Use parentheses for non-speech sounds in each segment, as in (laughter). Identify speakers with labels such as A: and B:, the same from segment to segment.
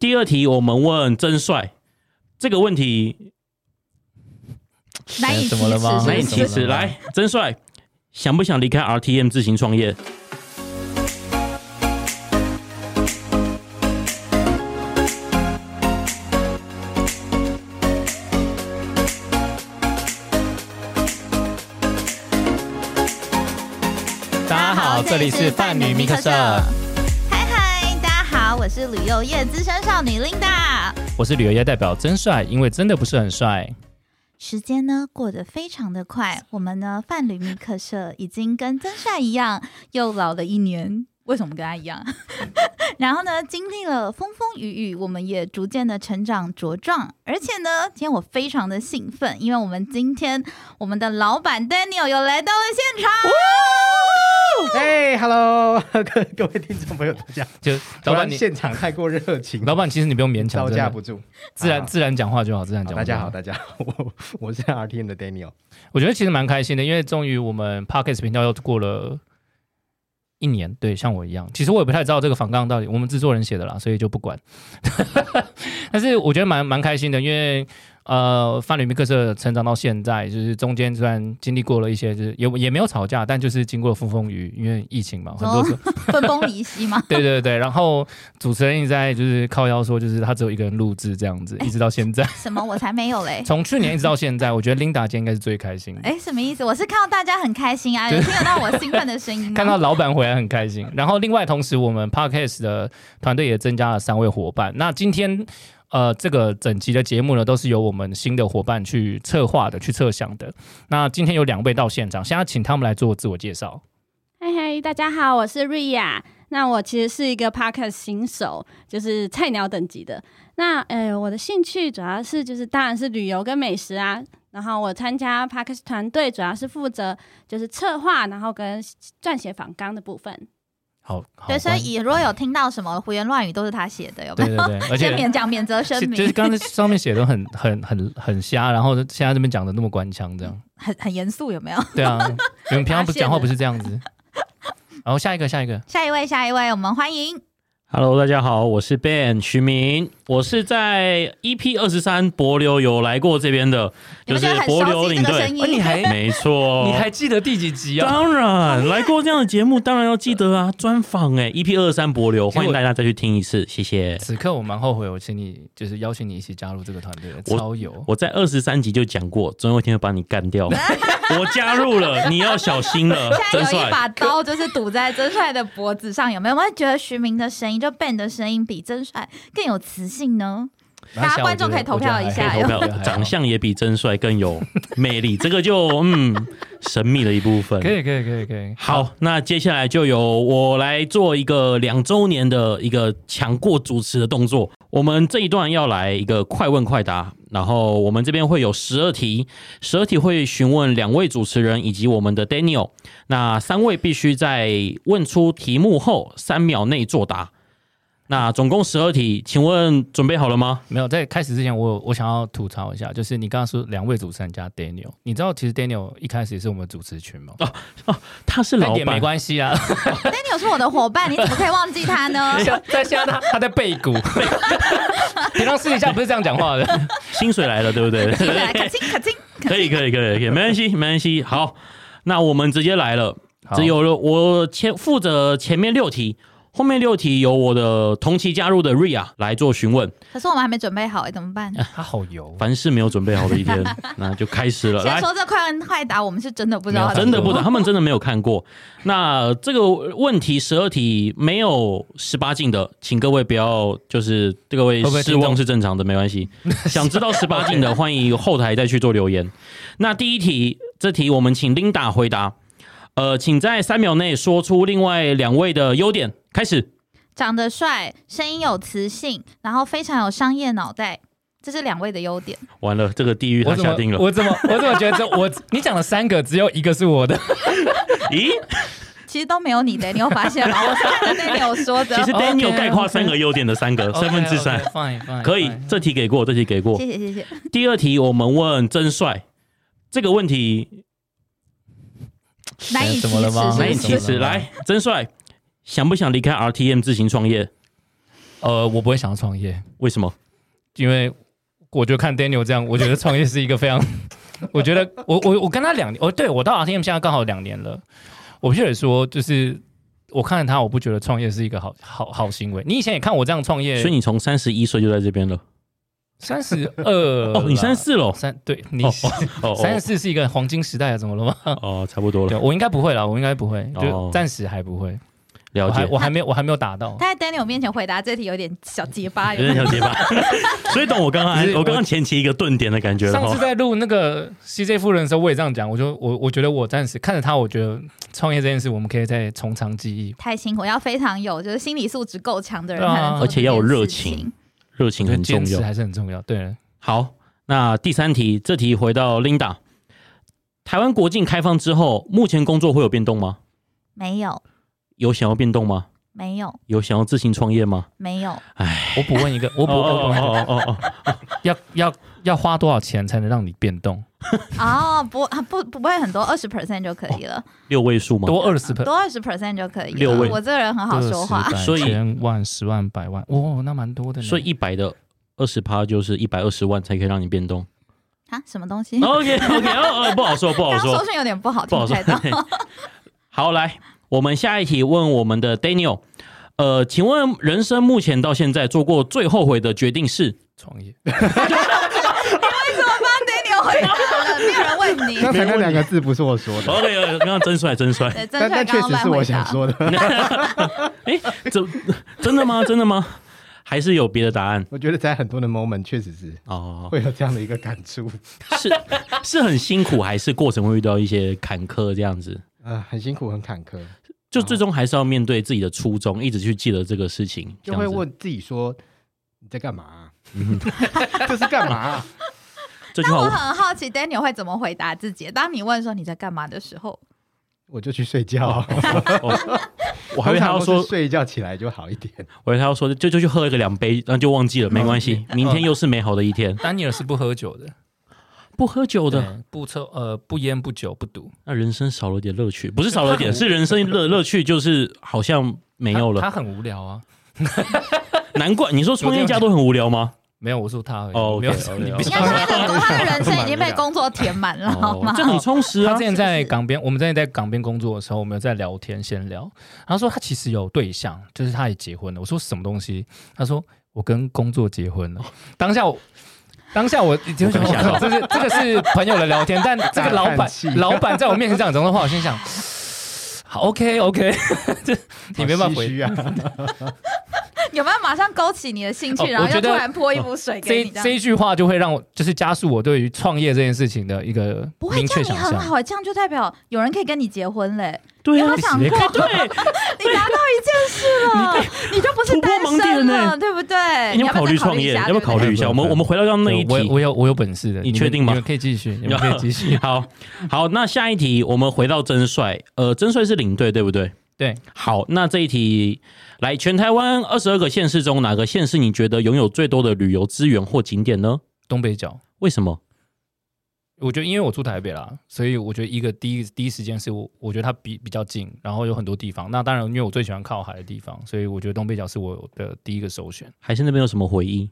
A: 第二题，我们问真帅这个问题
B: 难以
C: 哎怎
B: 启
C: 么
B: 齿
C: 了吗
B: 是不是，
A: 难以启齿。来，真帅想不想离开 RTM 自行创业？
C: 大家好，这里是范女密克社，
B: 嗨嗨，大家好，我是旅游业资深少女 Linda。
C: 我是旅游业代表真帅，因为真的不是很帅。
B: 时间呢过得非常的快，我们呢范旅密客社已经跟曾帅一样又老了一年。为什么跟他一样？ (laughs) 然后呢，经历了风风雨雨，我们也逐渐的成长茁壮。而且呢，今天我非常的兴奋，因为我们今天我们的老板 Daniel 又来到了现场。
C: 哦
D: 哎、h e l l o 各 (laughs) 各位听众朋友，大家，
C: 就老
D: 不
C: 板
D: 然
C: 你，
D: 现场太过热情，
C: 老板其实你不用勉强，
D: 招
C: 真
D: 架
C: 的
D: 不住。
C: 自然
D: 好
C: 自然讲话就好，自然
D: 好
C: 讲话。
D: 大家好，，大家好，我我是 RTN 的 Daniel，
C: 我觉得其实蛮开心的，因为终于我们 podcast 频道又过了一年。对，像我一样，其实我也不太知道这个访纲到底我们制作人写的啦，所以就不管。 (laughs) 但是我觉得蛮蛮开心的，因为呃，范吕密克社成长到现在，就是中间虽然经历过了一些，就是也也没有吵架，但就是经过风风雨雨，因为疫情嘛，很多时候
B: 分崩离析
C: (laughs)
B: 吗？ (laughs)
C: 对对对，然后主持人一直在就是靠腰说，就是他只有一个人录制这样子，一直到现在，
B: 什么？我才没有嘞！
C: 哎 (laughs) 从去年一直到现在，我觉得 Linda 今天应该是最开心的。
B: 哎，什么意思？我是看到大家很开心啊，
C: 就
B: 有
C: 是
B: 听得到我兴奋的声音吗？
C: (laughs) (laughs) 看到老板回来很开心，然后另外同时我们 podcast 的团队也增加了三位伙伴。那今天呃这个整集的节目呢，都是由我们新的伙伴去策划的、去设想的。那今天有两位到现场，现在请他们来做自我介绍。
E: 嗨嗨，大家好，我是瑞亚。那我其实是一个 podcast 新手，就是菜鸟等级的。那呃，我的兴趣主要是就是当然是旅游跟美食啊。然后我参加 podcast 团队，主要是负责就是策划，然后跟撰写访纲的部分。
C: (laughs) 好，好
B: 对，所
C: 关
B: 以如果有听到什么胡言乱语，都是他写的，有没
C: 对
B: 有？
C: 对对，
B: (laughs)
C: 而且
B: 先免讲免责声
C: 是就是
B: 明，
C: 刚才上面写的很很很很瞎，然后现在这边讲的那么官腔，这样。
B: 很很严肃，有没有？
C: 对啊，
B: (laughs)
C: 你们平常
B: 发
C: 不
B: 现
C: 讲话
B: 了
C: 不是这样子。然后下一个，下一个，
B: 下一位，下一位，我们欢迎
A: Hello，大家好，我是 Ben 徐明，我是在 EP 二十三柏流有来过这边的，就
B: 你们觉
A: 是
B: 得很
A: 柏
B: 熟
A: 流
B: 悉
A: 领
B: 这个
A: 队
B: 声，
C: 哦你
B: 音，
C: 还
A: 没错，
C: 你还记得第几集
D: 哦
C: 啊？
A: (laughs) 当然来过这样的节目，当然要记得啊，专访哎，EP 二三柏流，
C: 其实我
A: 欢迎大家再去听一次，谢谢。
C: 此刻我蛮后悔，我请你就是邀请你一起加入这个团队的，
A: 我
C: 超有。
A: 我在二十三集就讲过，总有一天会把你干
B: (laughs)
A: 掉。我加入了，你要小心了，
B: 现
A: 真
B: 在有一
A: 帅。
B: 把刀就是堵在真帅的脖子上，有没有？我会觉得徐明的声音，就 Ben 的声音比真帅更有磁性
C: (laughs)
B: 呢？
C: 然
B: 大家
C: 后下午
B: 观众
C: 就是
B: 可
C: 哎
B: 以投
C: 我觉得
B: 票一
C: 还
B: 下
C: 好
B: 哟
A: 投票
C: 我觉得
A: 哦
C: 还好
A: 长相也比真帅更有魅力，这个就嗯神秘的一部分。
C: 可以，可以，可以，可以。
A: 好，那接下来就由我来做一个两周年的一个抢过主持的动作。我们这一段要来一个快问快答，然后我们这边会有十二题，十二题会询问两位主持人以及我们的 Daniel，那三位必须在问出题目后三秒内作答。那总共十二题，请问准备好了吗？
C: 没有在开始之前，我有我想要吐槽一下，就是你刚刚说两位主持人加 Daniel，你知道其实 Daniel 一开始也是我们主持群吗？
A: 他是
C: 但
A: 哦老
C: 也没
A: 板，
C: 关系啊，
B: 但你有是我的伙伴，你怎么可以忘记他呢？
C: (laughs) 在现在他他在背
A: (laughs)
C: 骨，平常私底下不是这样讲话的。
A: 薪水来了，对不
B: (laughs)
A: 对？
B: 听起来卡亲卡亲，
A: 可以，可以，可以，可以，没关系，没关系。好，那我们直接来了。
C: 好
A: 只有了我前负责前面六题，后面六题由我的同期加入的瑞亚来做询问。
B: 可是我们还没准备好，哎，怎么办？
C: 他 (laughs) 好油，
A: 凡事没有准备好的一天，那就开始了。
B: 先
A: 来，
B: 说这快问快答，我们是真的不知道
C: 没
B: 他
C: 有
A: 啊
B: 怎
A: 真
B: 么
A: 的
B: 做
A: 不懂，他们真的没有看过。那这个问题十二题没有十八禁的，请各位不要就是各位
C: 会不会
A: 失
C: 听
A: 望
C: 众
A: 是正常的，没关
C: (laughs)
A: 系。想知道十八禁的，欢迎后台再去做留言。那第一题，这题我们请 Linda 回答。呃，请在三秒内说出另外两位的优点。开始，
B: 长得帅，声音有磁性，然后非常有商业脑袋，这是两位的优点。
A: 完了，这个地狱他
C: 我怎
A: 下定
C: 么
A: 了。
C: 我怎么我怎么觉得这我你讲了三个，只有一个是我的，
A: 咦，
B: 其实都没没有你的，你有发现吗？我是看着 Daniel 说的
A: 其。实
C: OK，OK
A: Daniel 概括三个优点的
C: (laughs)
A: 三
C: 哦
A: 个，三分之三
C: OK，OK，fine，fine，
A: (laughs)
C: fine，
A: 可以。这题给过，这题给过
B: 哦谢。谢谢谢，
A: 第二题我们问真帅这个问题
B: 难以启
C: 怎么了吗
B: 齿，
C: 是
A: 难以
C: 怎
A: 启
C: 啊么
A: 齿。
C: 了
A: 来，真帅想不想离开 RTM 自行创业？
C: 呃，我不会想要创业，
A: 为什么？
C: 因为我就看 Daniel 这样，我觉得创业是一个非常，我觉得我我我跟他两年，哦，对我到 RTM 现在刚好两年了，我必须得说，就是我看他，我不觉得创业是一个好好好行为。你以前也看我这样创业，
A: 所以你从三十一岁就在这边了。
C: 三十二，
A: 哦，你三十四了。
C: 三，对你
A: 哦哦
C: 呃啊三十
A: 哦
C: 四是一个黄金时代啊，怎么了吗？
A: 哦，差不多
C: 对，
A: 了，
C: 我应该不会啦，我应该不会，
A: 哦
C: 就暂时还不会，
A: 了
C: 我还
A: 解。
C: 我还没有我还没有达到。
B: 他在 Daniel 面前回答这题有点小结巴，有
A: 有点
B: 没有
A: 小结
C: (laughs)
A: 巴，所以懂我刚刚
C: 不是
A: 我刚刚前期一个顿点的感觉了哦
C: 上次
A: 哈。
C: 在录那个 CJ 夫人的时候，我也这样讲，我就我我觉得我暂时看着他，我觉得创业这件事，我们可以再从长计议。
B: 太辛苦，要非常有就是心理素质够强的人
C: 对啊
B: 才能做
A: 而且要有
B: 这件
A: 热
B: 事情
A: 情。热情
C: 我觉得
A: 很重
C: 坚持
A: 要。
C: 还是很重要。对，
A: 好，那第三题，这题回到 Linda，台湾国境开放之后，目前工作会有变动吗？
B: 没有
A: 有想要变动吗？
B: 没有
A: 有想要自行创业吗？
B: 没有，
C: 我补问一个，我
A: 我
C: (laughs) 补问一个
A: 哦哦哦哦，
C: 要要要花多少钱才能让你变动？
B: 哦，不啊不不会很多，二十 percent 就可以了，
A: 六位数吗？
C: 多二十
B: 啊多二十 percent 就可以
A: 哦六
B: 了
A: 位。
B: 我这个人很好说话，
A: 所以
C: 千万、十万、百万，哇、哦，那蛮
B: 嗯
C: 多的呢。
A: 所以一百的二十趴就是一百二十万才可以让你变
B: (laughs)
A: 动。
B: 啊，什么东西？
A: OK OK，哦哦，不好说，不好
B: 刚刚
A: 说
B: 搜，讯有点不好
A: 不
B: 听
A: 好
B: 不
A: 说
B: 太到。。
A: (laughs) 好，来，我们下一题问我们的 Daniel，呃，请问人生目前到现在做过最后悔的决定是？
C: 创业，
B: Daniel 回答了，没有人问你。
D: 刚才那两个字不是我说的，
A: OK，刚呃刚真帅，真帅。
B: 对，真
D: 但
B: 帅
D: 但
B: 刚
D: 确
B: 刚
D: 实
B: 乱
D: 是我
B: 回
D: 想
B: 答。
D: 说的。
A: 这真的吗？真的吗？还是有别的答案
D: 我觉得在很多的 moment 确实是
A: 哦？
D: 会有这样的一个感触，
A: (laughs) 是是很辛苦，还是过程会遇到一些坎坷这样子？
D: 呃，很辛苦，很坎坷，
A: 就最终还是要面对自己的初衷，一直去记得这个事情，
D: 就会
A: 这样子
D: 问自己说你在干嘛啊？
C: 嗯
D: (laughs) 这是干嘛啊？
A: 这句
B: 那
A: 话
B: 我
A: 我。
B: 很好奇 Daniel 会怎么回答自己。当你问说你在干嘛的时候，
D: 我就去睡觉，
A: 哦
D: (laughs)
A: 我还以为他要
D: 通常
A: 说
D: 都是，睡一觉起来就好一点。
A: 我以为他要说，就就去喝一个两杯，然后就忘记了，没关系，明天又是美好的一天。
C: 丹尼尔是不喝酒的，
A: 不喝酒的，
C: 嗯对，不抽呃不烟不酒不赌，
A: 那人生少了点乐趣，不是少了点，是人生乐乐趣就是好像没有了。
C: 他他很无聊啊。
A: 难怪你说创业家都很无聊吗？
C: 没有，我说他而已。
A: 哦
C: 没有
A: OK，OK，
C: 你
A: OK
C: 不
B: 应
C: 要
B: 该
C: 说
B: 说他很多他的人生已经被工作填满了，好
A: 哦
B: 吗，？
A: 这很充实
C: 他
A: 啊
C: 之。前在
B: 是是
C: 港边，我们之前在港边工作的时候，我们有在聊天闲聊。他说他其实有对象，就是他也结婚了。我说什么东西？他说我跟工作结婚了。当下我。当下我就想，
A: 吓到
C: 哇这是这个是朋友的聊天，但这个老
D: 大
C: 板
D: 叹气
C: 老板在我面前这样讲的话，我心想，好 OK OK，你没办法
D: 好唏
C: 回
D: 嘘啊，
B: (laughs) 有没有马上勾起你的兴趣，
C: 哦
B: 然后
C: 我觉
B: 要
C: 得
B: 突然泼一壶水
C: 这
B: 给
C: 一
B: 你这
C: 这
B: 样？
C: 一句话就会让我就是加速我对于创业这件事情的一个
B: 不会
C: 明
B: 这
C: 确
B: 样，你
C: 想
B: 很
C: 象。
B: 好，这样就代表有人可以跟你结婚嘞。
A: 对啊
B: 有没有，想过？
A: (laughs) 对，
B: 你达到一件事了，你就不是
A: 突破
B: 单
A: 盲点
B: 身
A: 呢
B: 了，对不对？
A: 你要考虑创业，要不要考虑一下？我们我们回到刚刚那一
C: 对我
A: 题。
C: 我有我有本事的，
A: 你
C: 们
A: 确定吗。
C: 你们可以继续，你们可以继续
A: (laughs) 好好，那下一题我们回到真帅，呃，真帅是领队对不对？
C: 对，
A: 好，那这一题来，全台湾二十二个县市中，哪个县市你觉得拥有最多的旅游资源或景点呢？
C: 东北角，
A: 为什么？
C: 我觉得因为我住台北啦，所以我觉得一个第一第一时间是我我觉得它比比较近，然后有很多地方。那当然，因为我最喜欢靠海的地方，所以我觉得东北角是我的第一个首选。
A: 还是那边有什么回
C: (laughs)
A: 忆？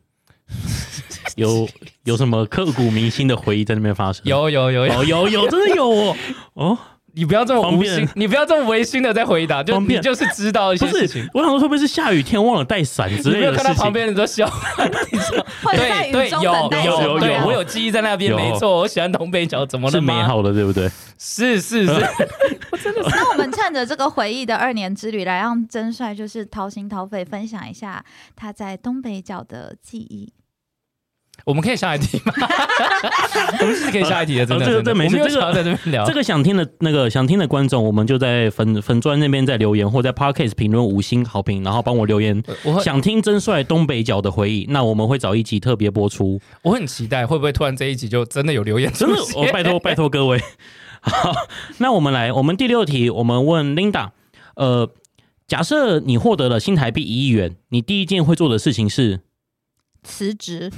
A: 有有什么刻骨铭心的回忆在那边发生？
C: 有有有有，
A: 哦有有真的有哦哦，
C: 你不要这么
A: 方
C: 无
A: 便
C: 心，你不要这么违心的在回答，就
A: 方
C: 你
A: 便
C: 就是知 (laughs) 道一
A: 不
C: 些事
A: 是
C: 情。，
A: 我想说会不会是下雨天忘了带伞之
C: 你没
A: 类
C: 有
A: 的
C: 看
A: 事
C: 到旁
A: 情？
C: 边人都笑，
B: 或者在
C: 对对
B: 雨
C: 有
B: 中等待啊
C: 有
B: 什么
C: 有
A: 有
C: 对
B: 的
C: 我有记忆在那边，
A: 有
C: 没错，我喜欢东北角，怎么
A: 是
C: 了
A: 美
C: 吗？
A: 好的，对不对？
C: 是是是，
A: (laughs)
B: 那我们趁着这个回忆的二年之旅，来让真帅就是掏心掏肺分享一下他在东北角的记忆。
C: 我们可以下一题吗？ (laughs) 我们是可以下一题的，真的，
A: 好了哦这
C: 真的
A: 个这没事这
C: 我们又
A: 个
C: 想要在这边聊
A: 这。个想听的那个想听的观众，我们就在粉粉砖那边在留言，或在 Parkes 评论五星好评，然后帮我留言。
C: 我很
A: 想听真帅东北角的回忆，那我们会找一集特别播出。
C: 我很期待，会不会突然这一集就真的有留言出
A: 真的，
C: 现
A: 我、拜托拜托各
C: (laughs)
A: 位。好，那我们来，我们第六题，我们问 Linda，呃，假设你获得了新台币一亿元，你第一件会做的事情是？
B: 辞职，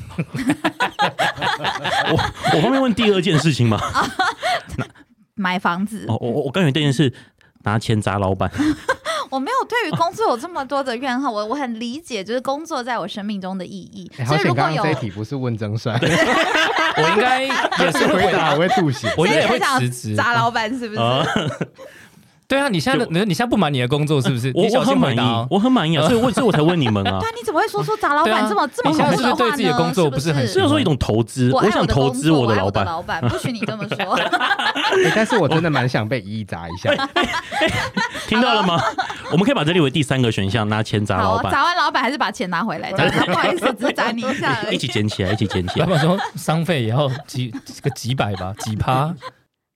A: 我我方便问第二件事情
C: (laughs)
A: 吗？
B: 买房子。
A: 哦，我我我刚才第一件事拿钱砸老
C: (laughs)
A: 板，
B: 我没有对于工作有这么多的怨恨， (laughs) 我我很理解，就是工作在我生命中的意义。
D: 哎好
B: 所以
D: 险，
B: 如果
D: 刚
B: 有
D: 刚这一题不是问真帅，
C: 我应该也是
D: 回
C: 会
D: 答
C: 答
D: 我，会吐血。
C: (laughs) 我应该也
B: 所以
C: 会
B: 很想
C: 辞职。哦
B: 砸老板是不是？
A: 啊，
C: 对啊，你现在的你你现在不满你的工作是不是？
A: 我
C: 你
A: 我
C: 小
A: 很
C: 心
A: 满
C: 回
A: 意
C: 答哦，。
A: 我很满意啊，所以我所以我才问你们啊
B: 对。啊，你怎么会说出砸老板这么、这么
C: 啊你
B: 恐
C: 现在
B: 怖的
C: 是不是
B: 话
C: 对
B: 呢？
C: 自己的工作不是很
A: 这就是一种投资，
B: 我
A: 我
B: 爱
A: 想
B: 的
A: 投
B: 工
A: 资
B: 作，我
A: 我的
B: 爱
A: 老
B: 我的
A: 板。
B: 老板，不许你这么
C: (laughs)
B: 说。
D: 哎但是我真的蛮想被一一砸一下。
A: 听到了吗？我们可以把这列为第三个选项，拿钱砸
B: 啊好，啊
A: 老
B: 我
A: 板，
B: 砸完老板还是把钱拿回来，这样
C: (laughs)
B: 子不好意思，只是砸你一下而
A: 一
B: 已。
A: 起捡
B: (laughs)
A: 起来，一起捡起
C: 老
A: 来。
C: 板说伤费也要几这个几百吧，几趴。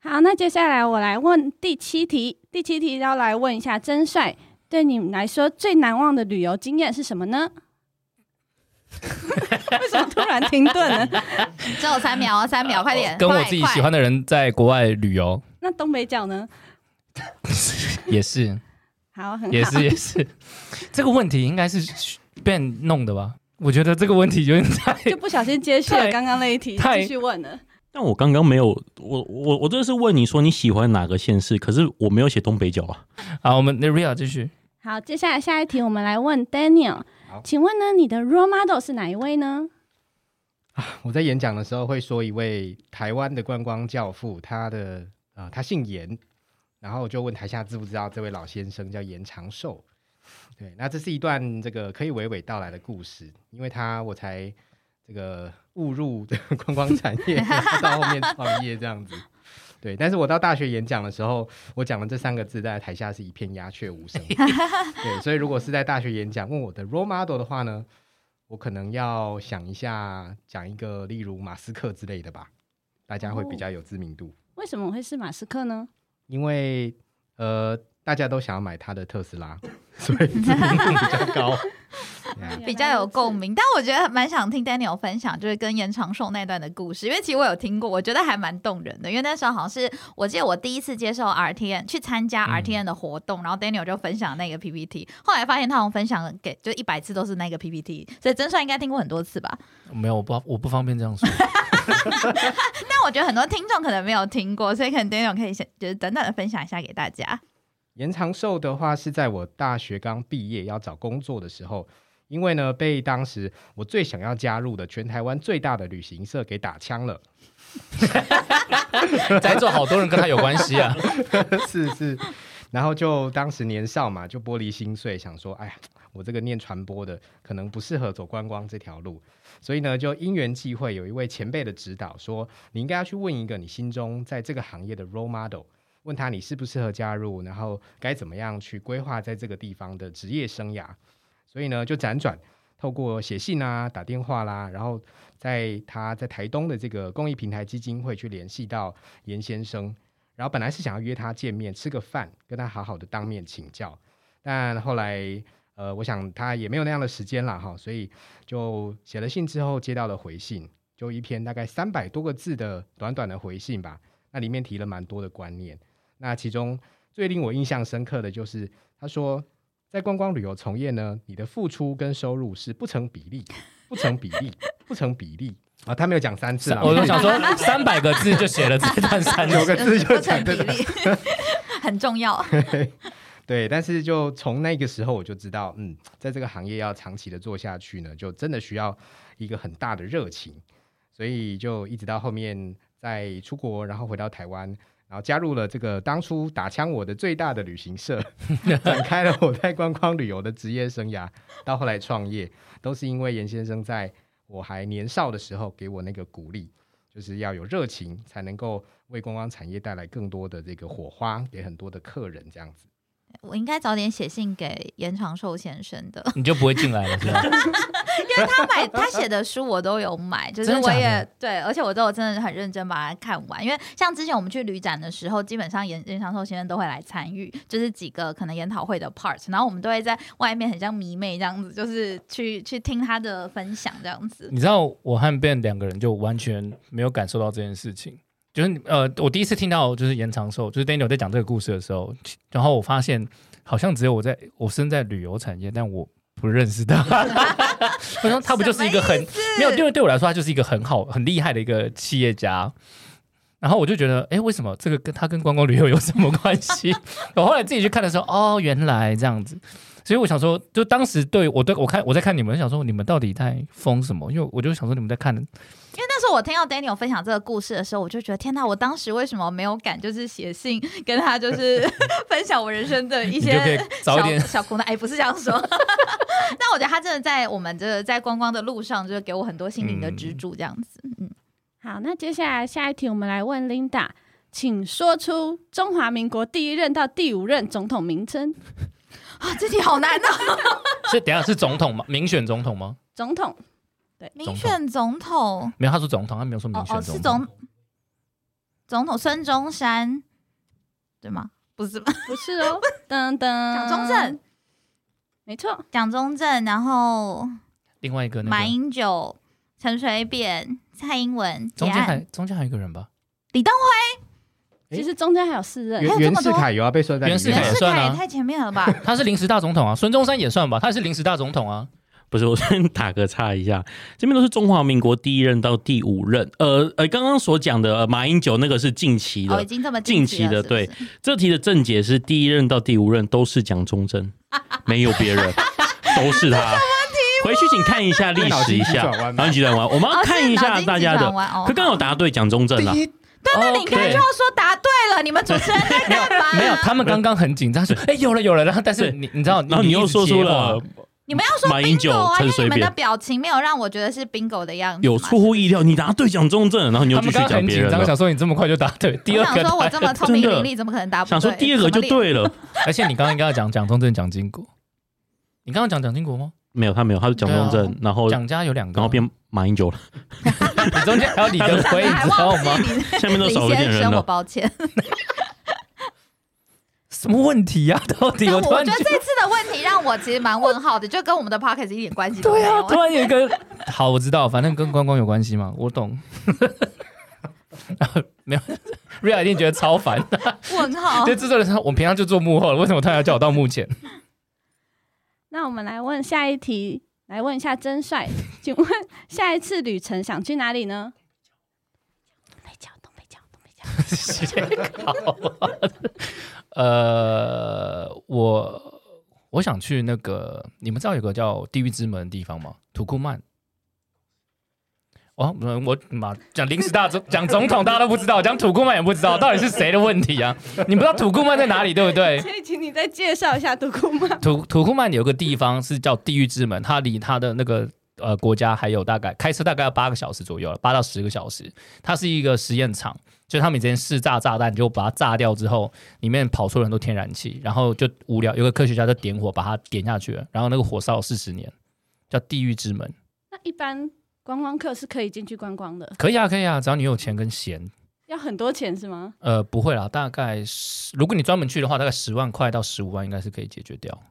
E: 好，那接下来我来问第七题。第七题要来问一下真帅，对你们来说最难忘的旅游经验是什么
C: (laughs)
E: 呢？为什么突然停顿了？
B: 只有三
C: (laughs)
B: 秒哦，三秒， (laughs) 快点，
C: 啊跟我
B: 快
C: 自己 (laughs) 喜欢的人在国外旅游
E: 那东北角呢？
C: 也是，
E: 好，很好。
C: 也是，也是。这个问题应该是 Ben 弄的吧？我觉得这个问题有点太
E: 就不小心接续了
C: 太
E: 刚刚那一题，
C: 太
E: 继续问了。
A: 但我刚刚没有，我我我这是问你说你喜欢哪个县市，可是我没有写东北角啊。
C: 好。我们那 Ria 继续。
E: 好，接下来下一题，我们来问 Daniel，请问呢，你的 role model 是哪一位呢？
D: 我在演讲的时候会说一位台湾的观光教父，他的呃，他姓严，然后我就问台下知不知道这位老先生叫严长寿。对，那这是一段这个可以娓娓道来的故事，因为他我才这个误入这个观光产业，到后面创业这样子。对，但是我到大学演讲的时候，我讲了这三个字，在台下是一片鸦雀无声。对，所以如果是在大学演讲问我的 role model 的话呢，我可能要想一下，讲一个例如马斯克之类的吧，大家会比较有知名度，
E: 为什么会是马斯克呢？
D: 因为呃，大家都想要买他的特斯拉， (laughs) 所以知名度比较高。Yeah
B: 比较有共。鸣，但我觉得蛮想听 Daniel 分享，就是跟延长寿那段的故事，因为其实我有听过，我觉得还蛮动人的。因为那时候好像是我记得我第一次接受 RTN 去参
C: 嗯
B: 加 RTN 的活动，然后 Daniel 就分享那个 PPT，后来发现他好像分享给就一百次都是那个 PPT，所以真帅应该听过很多次吧。
C: 没有，我不我不方便这样说。
B: 但我觉得很多听众可能没有听过，所以可能 Daniel 可以先就是等等的分享一下给大家。
D: 延长寿的话是在我大学刚毕业要找工作的时候，因为呢被当时我最想要加入的全台湾最大的旅行社给打枪了。
C: 在座好多人跟他有关系 (laughs) 啊。
D: (laughs) 是是，然后就当时年少嘛，就玻璃心碎，想说，哎呀，我这个念传播的可能不适合走观光这条路，所以呢，就因缘际会，有一位前辈的指导说，你应该要去问一个你心中在这个行业的 role model，问他你适不适合加入，然后该怎么样去规划在这个地方的职业生涯。所以呢，就辗转透过写信啊、打电话啦，然后在他在台东的这个公益平台基金会去联系到严先生，然后本来是想要约他见面吃个饭，跟他好好的当面请教，但后来呃，我想他也没有那样的时间了哈，所以就写了信之后接到了回信，就一篇大概三百多个字的短短的回信吧，那里面提了蛮多的观念，那其中最令我印象深刻的就是他说。在观光旅游从业呢，你的付出跟收入是不成比例， (laughs) 不成比例，不成比例啊！他没有讲三次啦，
C: 我就想说，三百个字就写了这段三
D: (laughs) 九个字就
B: 不成
D: 讲
B: 比
D: 这个。
B: 例 (laughs) 很重要。
D: (laughs) 对，但是就从那个时候我就知道，嗯，在这个行业要长期的做下去呢，就真的需要一个很大的热情，所以就一直到后面在出国，然后回到台湾，然后加入了这个当初打枪我的最大的旅行社， (laughs) 展开了我在观光旅游的职业生涯，到后来创业，都是因为严先生在我还年少的时候给我那个鼓励。就是要有热情，才能够为观光产业带来更多的这个火花，给很多的客人这样子。
B: 我应该早点写信给严长寿先生的，
C: 你就不会进来了，是吧？
B: (laughs) 因为他买他写的书我都有买，就是
C: 真的
B: 我
C: 假的
B: 也对，而且我都有真的很认真把它看完。因为像之前我们去旅展的时候，基本上严严长寿先生都会来参与，就是几个可能研讨会的 part，然后我们都会在外面很像迷妹这样子，就是去去听他的分享这样子。
C: 你知道我和 Ben 两个人就完全没有感受到这件事情，就是你呃，我第一次听到就是延长寿，就是 Daniel 在讲这个故事的时候，然后我发现好像只有我在我身在旅游产业，但我不认识他。 (laughs) 我说他不就是一个很没有，因为对我来说，他就是一个很好很厉害的一个企业家。然后我就觉得，哎，为什么这个跟他跟观光旅游有什么关系？ (laughs) 我后来自己去看的时候，哦，原来这样子。所以我想说，就当时对我对我看我在看你们，想说你们到底在疯什么？因为我就想说你们在看，
B: 因为那时候我听到 Daniel 分享这个故事的时候，我就觉得天哪，我当时为什么没有敢就是写信跟他就是 (laughs) 分享我人生的一
C: 你就可以
B: 些
C: 早一点
B: 小小苦难？哎，不是这样说。 (laughs) 但我觉得他真的在我们这个在观光的路上，就是给我很多心灵的支柱，这样子。嗯，
E: 好，那接下来下一题，我们来问 Linda，请说出中华民国第一任到第五任总统名称。
B: 啊，这题好难啊！
C: 是等一下是总统吗？ (laughs) 民选总统吗？
E: 总统
B: (laughs) 民选总统，
C: 没有，他说总统，他没有说民
B: 哦
C: 选
B: 哦，
C: 总
B: 是
C: 统。
B: 总总统孙中山，对吗？不是吧？ (laughs)
E: 不是 (laughs) 哦，噔噔，
B: 蒋中正，
E: 没错，
B: 蒋中正，然后
C: 另外一个那
B: 马
C: 个
B: 英九、陈水扁、蔡英文、
C: 中
B: 结
C: 间
B: 案
C: 还中间还有一个人吧？
B: 李登辉、
E: 其实中间还有四任
B: 哎。
D: 袁袁世凯有要被算在里
C: 袁
D: 面
C: 世
D: 吗
C: 凯
B: 袁
C: 也
B: 世
C: 算
B: 凯
C: 啊
B: 也太前面
A: (laughs)
B: 了吧？
C: 他是临时大总统啊，孙中山也算吧，他是临时大总统啊。
A: 不是，我先打个岔一下，这边都是中华民国第一任到第五任，呃呃，刚刚所讲的、呃马英九那个是近期的，
B: 哦，已经这么期
A: 近期的
B: 了，
A: 对
B: 是不是，
A: 这题的正解是第一任到第五任都是蒋中正，没有别人，都是他。回去请看一下历史一下，脑筋急转弯，啊我们要
B: 哦
A: 看一下大家的。可刚好。哦
B: 是脑筋急转弯哦好
A: 答对蒋中正啊啦，
B: 对，那你
C: OK
B: 刚刚就要说答对了，你们主持人在干
A: (laughs)
B: 嘛？
C: (laughs) 没有，他们刚刚很紧张，说哎有了有了，然后但是
A: 对
C: 你你知道，
A: 然后你又
C: 一直
A: 说出
C: 接话
A: 了，
B: 你们要说
A: 马英九
B: bingo 啊，因
A: 陈
B: 为
A: 水
B: 你们的
A: 扁
B: 表情没有让我觉得是 bingo 的样子嘛。
A: 有出乎意料，你答对蒋中正，然后你又
C: 他
A: 继
C: 们
A: 续
C: 刚刚
A: 讲
C: 很
A: 别
C: 紧
A: 人
C: 张，
A: 了，
C: 想说你这么快就答对，第
B: 我
C: 二
B: 想
C: 个
B: 说，我
C: 答
B: 这么聪明
A: 真的
B: 伶俐，怎么可能答不对？
A: 想说第二个就对了，
C: (laughs) 而且你刚刚应该要讲蒋中正、蒋经国，你刚刚讲蒋经国吗？
A: 没有他没有，他是蒋中正，然后然
C: 蒋家有两个，
A: 后变马英九 (laughs) 了，
C: (laughs) 你中间还有李
B: (laughs)
C: 登
B: 什么
C: 辉，
B: 脸，
C: 你
B: 还
C: 知道
B: 哎忘
C: 吗？
B: 记你
A: (laughs) 下面都
B: 李
A: 少了点
B: 先
A: 人
B: 生，我
A: 了。
B: 抱歉。
C: 什么问题呀、到底
B: 但
C: 我
B: 我
C: 突
B: 觉
C: 然
B: 得
C: 觉
B: 这次的问题让我其实蛮问号的，就跟我们的 podcast 一点关系都没
C: 对啊，
B: 有。
C: 突然有一个 (laughs) 好，我知道，反正跟观光有关系嘛，我懂。 (laughs) 没有，Ria (laughs) 一定觉得超烦。
B: 问号
C: 就。制作人说，我们平常就做幕后了，为什么他要叫我到幕前？
E: 那我们来问下一题，来问一下真帅，请问下一次旅程想去哪里呢？东北角，东北角，东北角。
C: (laughs) 呃，我我想去那个，你们知道有个叫地狱之门的地方吗？土库曼。哦，嗯我妈讲临时大总讲总统，大家都不知道，讲土库曼也不知道，到底是谁的问题啊？你不知道土库曼在哪里，对不对？
E: (laughs) 所以，请你再介绍一下独孤吗？
C: 土土库曼有个地方是叫地狱之门，它离它的那个呃国家还有大概开车大概要八个小时左右了，八到十个小时。它是一个实验场，就是他们以前试炸炸弹，就把它炸掉之后，里面跑出了很多天然气，然后就无聊，有个科学家就点火把它点下去了，然后那个火烧了四十年，叫地狱之门。
E: (laughs) 那一般观光客是可以进去观光的，
C: 可以啊，可以啊，只要你有钱跟闲。
E: 要很多钱是吗？
C: 呃，不会啦，大概十，如果你专门去的话，大概十万块到十五万应该是可以解决掉。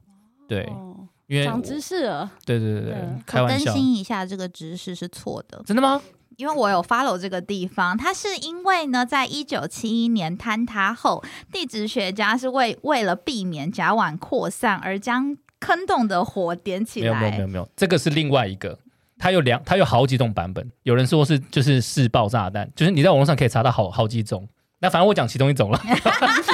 C: 对，
E: 哦，
C: 因为
E: 长知识了。
C: 对对对对
E: 嗯，
C: 开玩
B: 更
C: 笑，
B: 新一下，这个知识是错的，
C: 真的吗？
B: 因为我有 follow 这个地方。它是因为呢，在一九七一年坍塌后，地质学家是为为了避免甲烷扩散而将坑洞的火点起
C: 没有没有没
B: 来。
C: 有没有，这个是另外一个，它有两，它有好几种版本。有人说是就是试爆炸弹，就是你在网络上可以查到好好几种。那反正我讲其中一
B: (laughs)
C: 种了，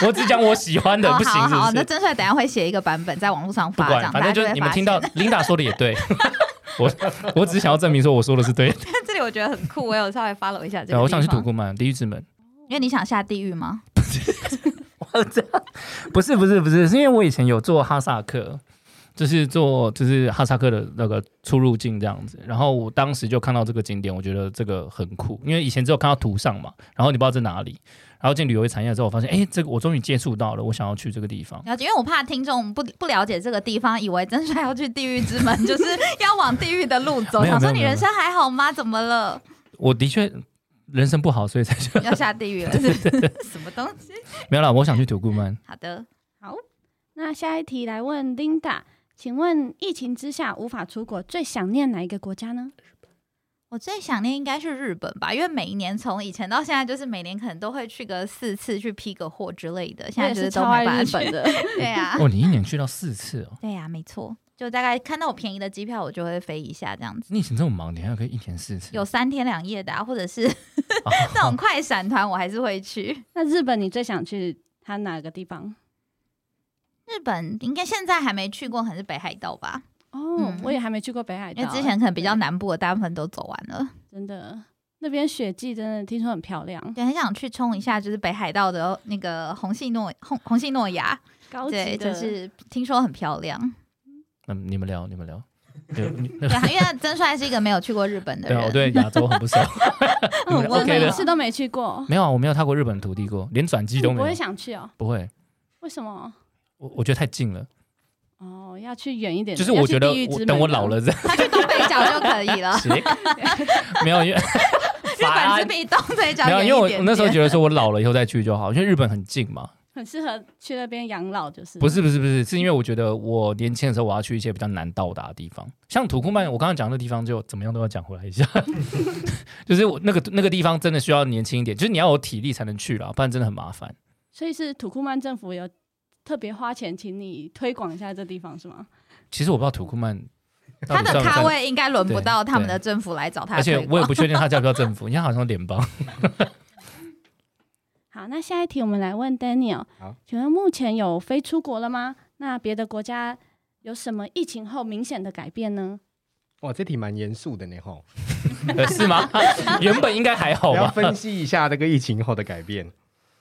C: 我只讲我喜欢的，
B: 哦，
C: 不行
B: 好
C: 是
B: 好，
C: 不
B: 那
C: 是？
B: 真帅等一下会写一个版本在网络上
C: 不
B: 发，这
C: 管，
B: 样
C: 反
B: 大家
C: 正就是
B: 会
C: 你们
B: 发
C: 听到
B: 现。 (laughs)
C: 琳达说的也对， (laughs) 我我只想要证明说我说的是对的。
B: 这里我觉得很酷，我有稍微 follow 一下这
C: 对，啊
B: 个。
C: 我想去土，库曼地狱之门。
B: 因为你想下地狱吗？
C: 不是不是不是，是因为我以前有做哈萨克，就是做就是哈萨克的那个出入境这样子。然后我当时就看到这个景点，我觉得这个很酷，因为以前只有看到图上嘛，然后你不知道在哪里。然后进旅游业产业之后，我发现，哎，这个我终于接触到了，我想要去这个地方。
B: 了解，因为我怕听众不不了解这个地方，以为真帅要去地狱之门， (laughs) 就是要往地狱的路走。
C: 没有
B: 想说
C: 没有
B: 你
C: 没有
B: 人生还好吗？怎么了？
C: 我的确人生不好，所以才去。 (laughs)
B: 要下地狱了？ (laughs) 是不是什么东西？
C: 没有啦，我想去土库曼。
B: 好的，
E: 好，那下一题来问 Linda，请问疫情之下无法出国，最想念哪一个国家呢？
B: 我最想念应该是日本吧，因为每一年从以前到现在，就是每年可能都会去个四次，去批个货之类的。现在
E: 我也
B: 就是
E: 是
B: 都
E: 超爱
B: 没办
E: 日
B: 法去
E: (laughs) 本。的，
B: 对啊，
C: 哦，你一年去到四次哦。
B: 对啊，没错，就大概看到我便宜的机票，我就会飞一下这样子。
C: 你以前这么忙，你还可以一年四次？
B: 有三天两夜的、啊，或者是 (laughs)
C: 哦
B: 那种快闪团，我还是会去。
E: 那日本你最想去它哪个地方？
B: 日本应该现在还没去过，可能是北海道吧，
E: 哦，
B: 嗯
E: 我也还没去过北海道，哎
B: 因为之前可能比较南部的大部分都走完了，
E: 真的那边雪季真的听说很漂亮，
B: 对，很想去冲一下，就是北海道的那个红系诺红红系诺亚，
E: 高级
B: 对，
E: 的，
B: 就是听说很漂亮。
C: 嗯，你们聊，你们聊。对，你那
B: 对啊，因为曾帅是一个没有去过日本的
C: 对啊，我
B: 人，
C: 对亚洲很不熟。
E: (laughs) 嗯
C: 你们
E: 我
C: (laughs) OK
E: 每一
C: 的
E: 次都没去过，
C: (laughs) 没有啊，我没有踏过日本土地过，连转机
E: 你
C: 都
E: 不
C: 没
E: 会
C: 有。
E: 想去哦？
C: 不会，
E: 为什么？
C: 我我觉得太近了。
E: 哦，要去远一点的，
C: 就是
E: 要
C: 我
E: 去
C: 觉得
E: 地狱之
C: 我
E: 门
C: 等我
E: 这样
C: 老，了再，
B: 他去东北角就可以了
C: (laughs) 行。没有，因为
E: (laughs)
B: 日本是比东北角
C: 没有，
B: 远一
C: 因为我
B: 点
C: 我那时候
B: 点
C: 觉得说我老了以后再去就好，因为日本很近嘛。
E: 很适合去那边养老，就是
C: 不是不是不是，是因为我觉得我年轻的时候我要去一些比较难到达的地方，像土库曼，我刚刚讲的地方就怎么样都要讲回来一下， (laughs) 就是我那个那个地方真的需要年轻一点，就是你要有体力才能去啦，不然真的很麻烦。
E: 所以是土库曼政府有特别花钱请你推广一下这地方是吗？
C: 其实我不知道土库曼到
B: 他
C: 底
B: 的
C: 算不
B: 咖
C: 算，
B: 位应该轮不到他们的政府来找他
C: 而且
B: 推
C: 我也
B: 广。
C: 不确定它叫不叫政府，因为它好像联邦。
E: 好，那下一题我们来问 Daniel，
D: 好
E: 请问目前有飞出国了吗？那别的国家有什么疫情后明显的改变呢？
D: 哇，这题蛮严肃的呢吼，
C: 呃是
B: (laughs)
C: 吗？原本应该还好
D: 我要
C: 吧。
D: 分析一下这个疫情后的改变。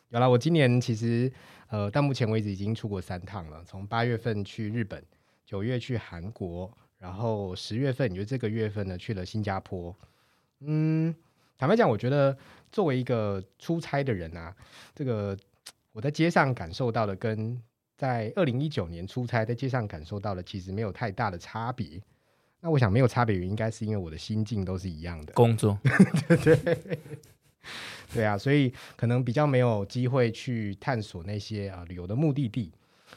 D: 有啦，我今年其实呃到目前为止已经出国三趟了，从八月份去日本，九月去韩国，然后十月份，也就这个月份呢去了新加坡。嗯，坦白讲，我觉得作为一个出差的人啊，这个我在街上感受到的跟在二零一九年出差在街上感受到的其实没有太大的差别。那我想没有差别，应该是因为我的心境都是一样的。
C: 工作，
D: 对啊，所以可能比较没有机会去探索那些啊、呃旅游的目的地。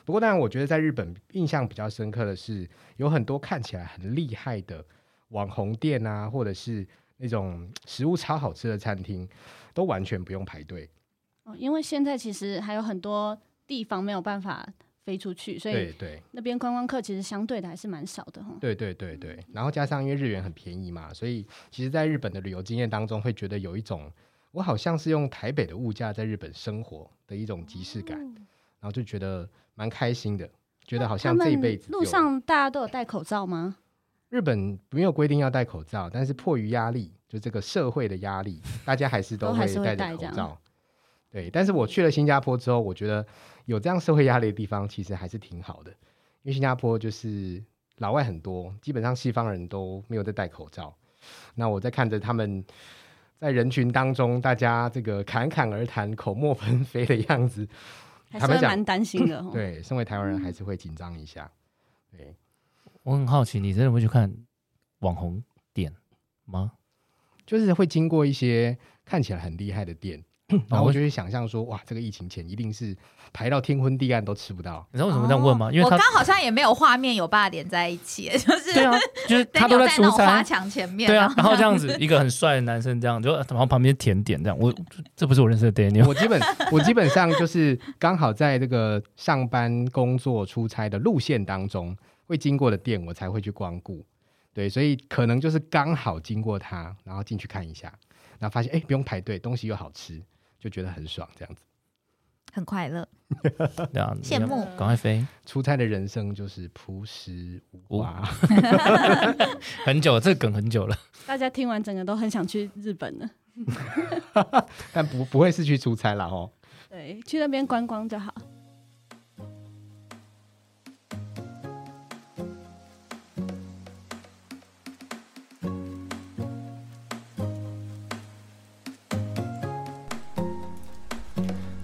D: 不过，当然，我觉得在日本印象比较深刻的是，有很多看起来很厉害的网红店啊，或者是那种食物超好吃的餐厅，都完全不用排队。
E: 哦，因为现在其实还有很多地方没有办法飞出去，所
D: 对
E: 以
D: 对
E: 那边观光客其实相对的还是蛮少的哈。
D: 对对对对。然后加上因为日元很便宜嘛，所以其实在日本的旅游经验当中，会觉得有一种我好像是用台北的物价在日本生活的一种即视感，
E: 哦
D: 然后就觉得蛮开心的，觉得好像这一辈子
E: 他们路
D: 就
E: 上大家都有戴口罩吗？
D: 日本没有规定要戴口罩，但是迫于压力，就这个社会的压力，大家还是都
E: 都
D: 会
E: 还是会
D: 戴着
E: 戴
D: 口
E: 这样
D: 罩。对，但是我去了新加坡之后，我觉得有这样社会压力的地方其实还是挺好的，因为新加坡就是老外很多，基本上西方人都没有在戴口罩。那我在看着他们在人群当中，大家这个侃侃而谈、口沫横飞的样子，
E: 还是
D: 坦白
E: 会
D: 讲
E: 蛮担心的哈。
D: 对，身为台湾人
E: 嗯
D: 还是会紧张一下。对，
C: 我很好奇，你真的会去看网红店吗？
D: 就是会经过一些看起来很厉害的店，然后
C: 我
D: 我就会想象说，哇，这个疫情前一定是排到天昏地暗都吃不到。
C: 你知道为什么这样问吗？因为
B: 哦我
C: 他
B: 刚好像也没有画面有把它连在一起， (laughs) 就是
C: 对啊，就是他都
B: Daniel
C: 出
B: 那种
C: 差
B: 花，墙前面，哦
C: 对
B: 然
C: 啊
B: 后，
C: 然后这样子一个很帅的男生这样，就然后旁边甜点这样，我这不是我认识的 Daniel，
D: 我基本 (laughs) 我基本上就是刚好在这个上班、工作、出差的路线当中会经过的店，我才会去光顾。对，所以可能就是刚好经过它，然后进去看一下，然后发现哎、不用排队，东西又好吃，就觉得很爽。这样子，
B: 很快乐，
C: 对啊，你
B: 羡
C: 要
B: 慕
C: 赶快飞，
D: 出差的人生就是朴实无华。
C: 很久这个梗很久了，
E: 大家听完整个都很想去日本了。
D: (laughs) 但不不会是去出差啦哦。
E: 对，去那边观光就好。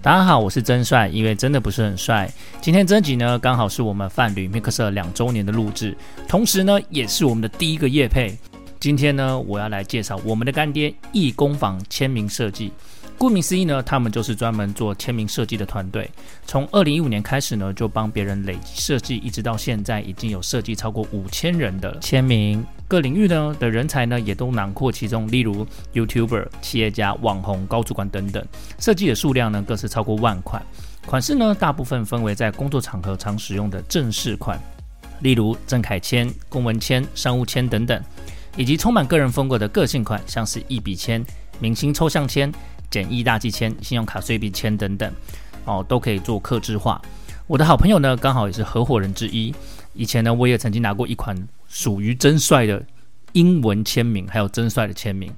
C: 大家好，我是真帅，因为真的不是很帅。今天这集呢，刚好是我们泛旅 Mixer 两周年的录制，同时呢，也是我们的第一个夜配。今天呢，我要来介绍我们的干爹易工坊签名设计。顾名思义呢，他们就是专门做签名设计的团队。从二零一五年开始呢，就帮别人累积设计，一直到现在已经有设计超过五千人的签名。各领域呢的人才呢，也都囊括其中，例如 YouTuber、企业家、网红、高主管等等。设计的数量呢，更是超过万款。款式呢，大部分分为在工作场合常使用的正式款，例如郑恺签、公文签、商务签等等，以及充满个人风格的个性款，像是一笔签、明星抽象签、简易大寄签、信用卡碎币签等等，哦，都可以做客制化。我的好朋友呢，刚好也是合伙人之一。以前呢，我也曾经拿过一款属于真帅的英文签名，还有真帅的签名。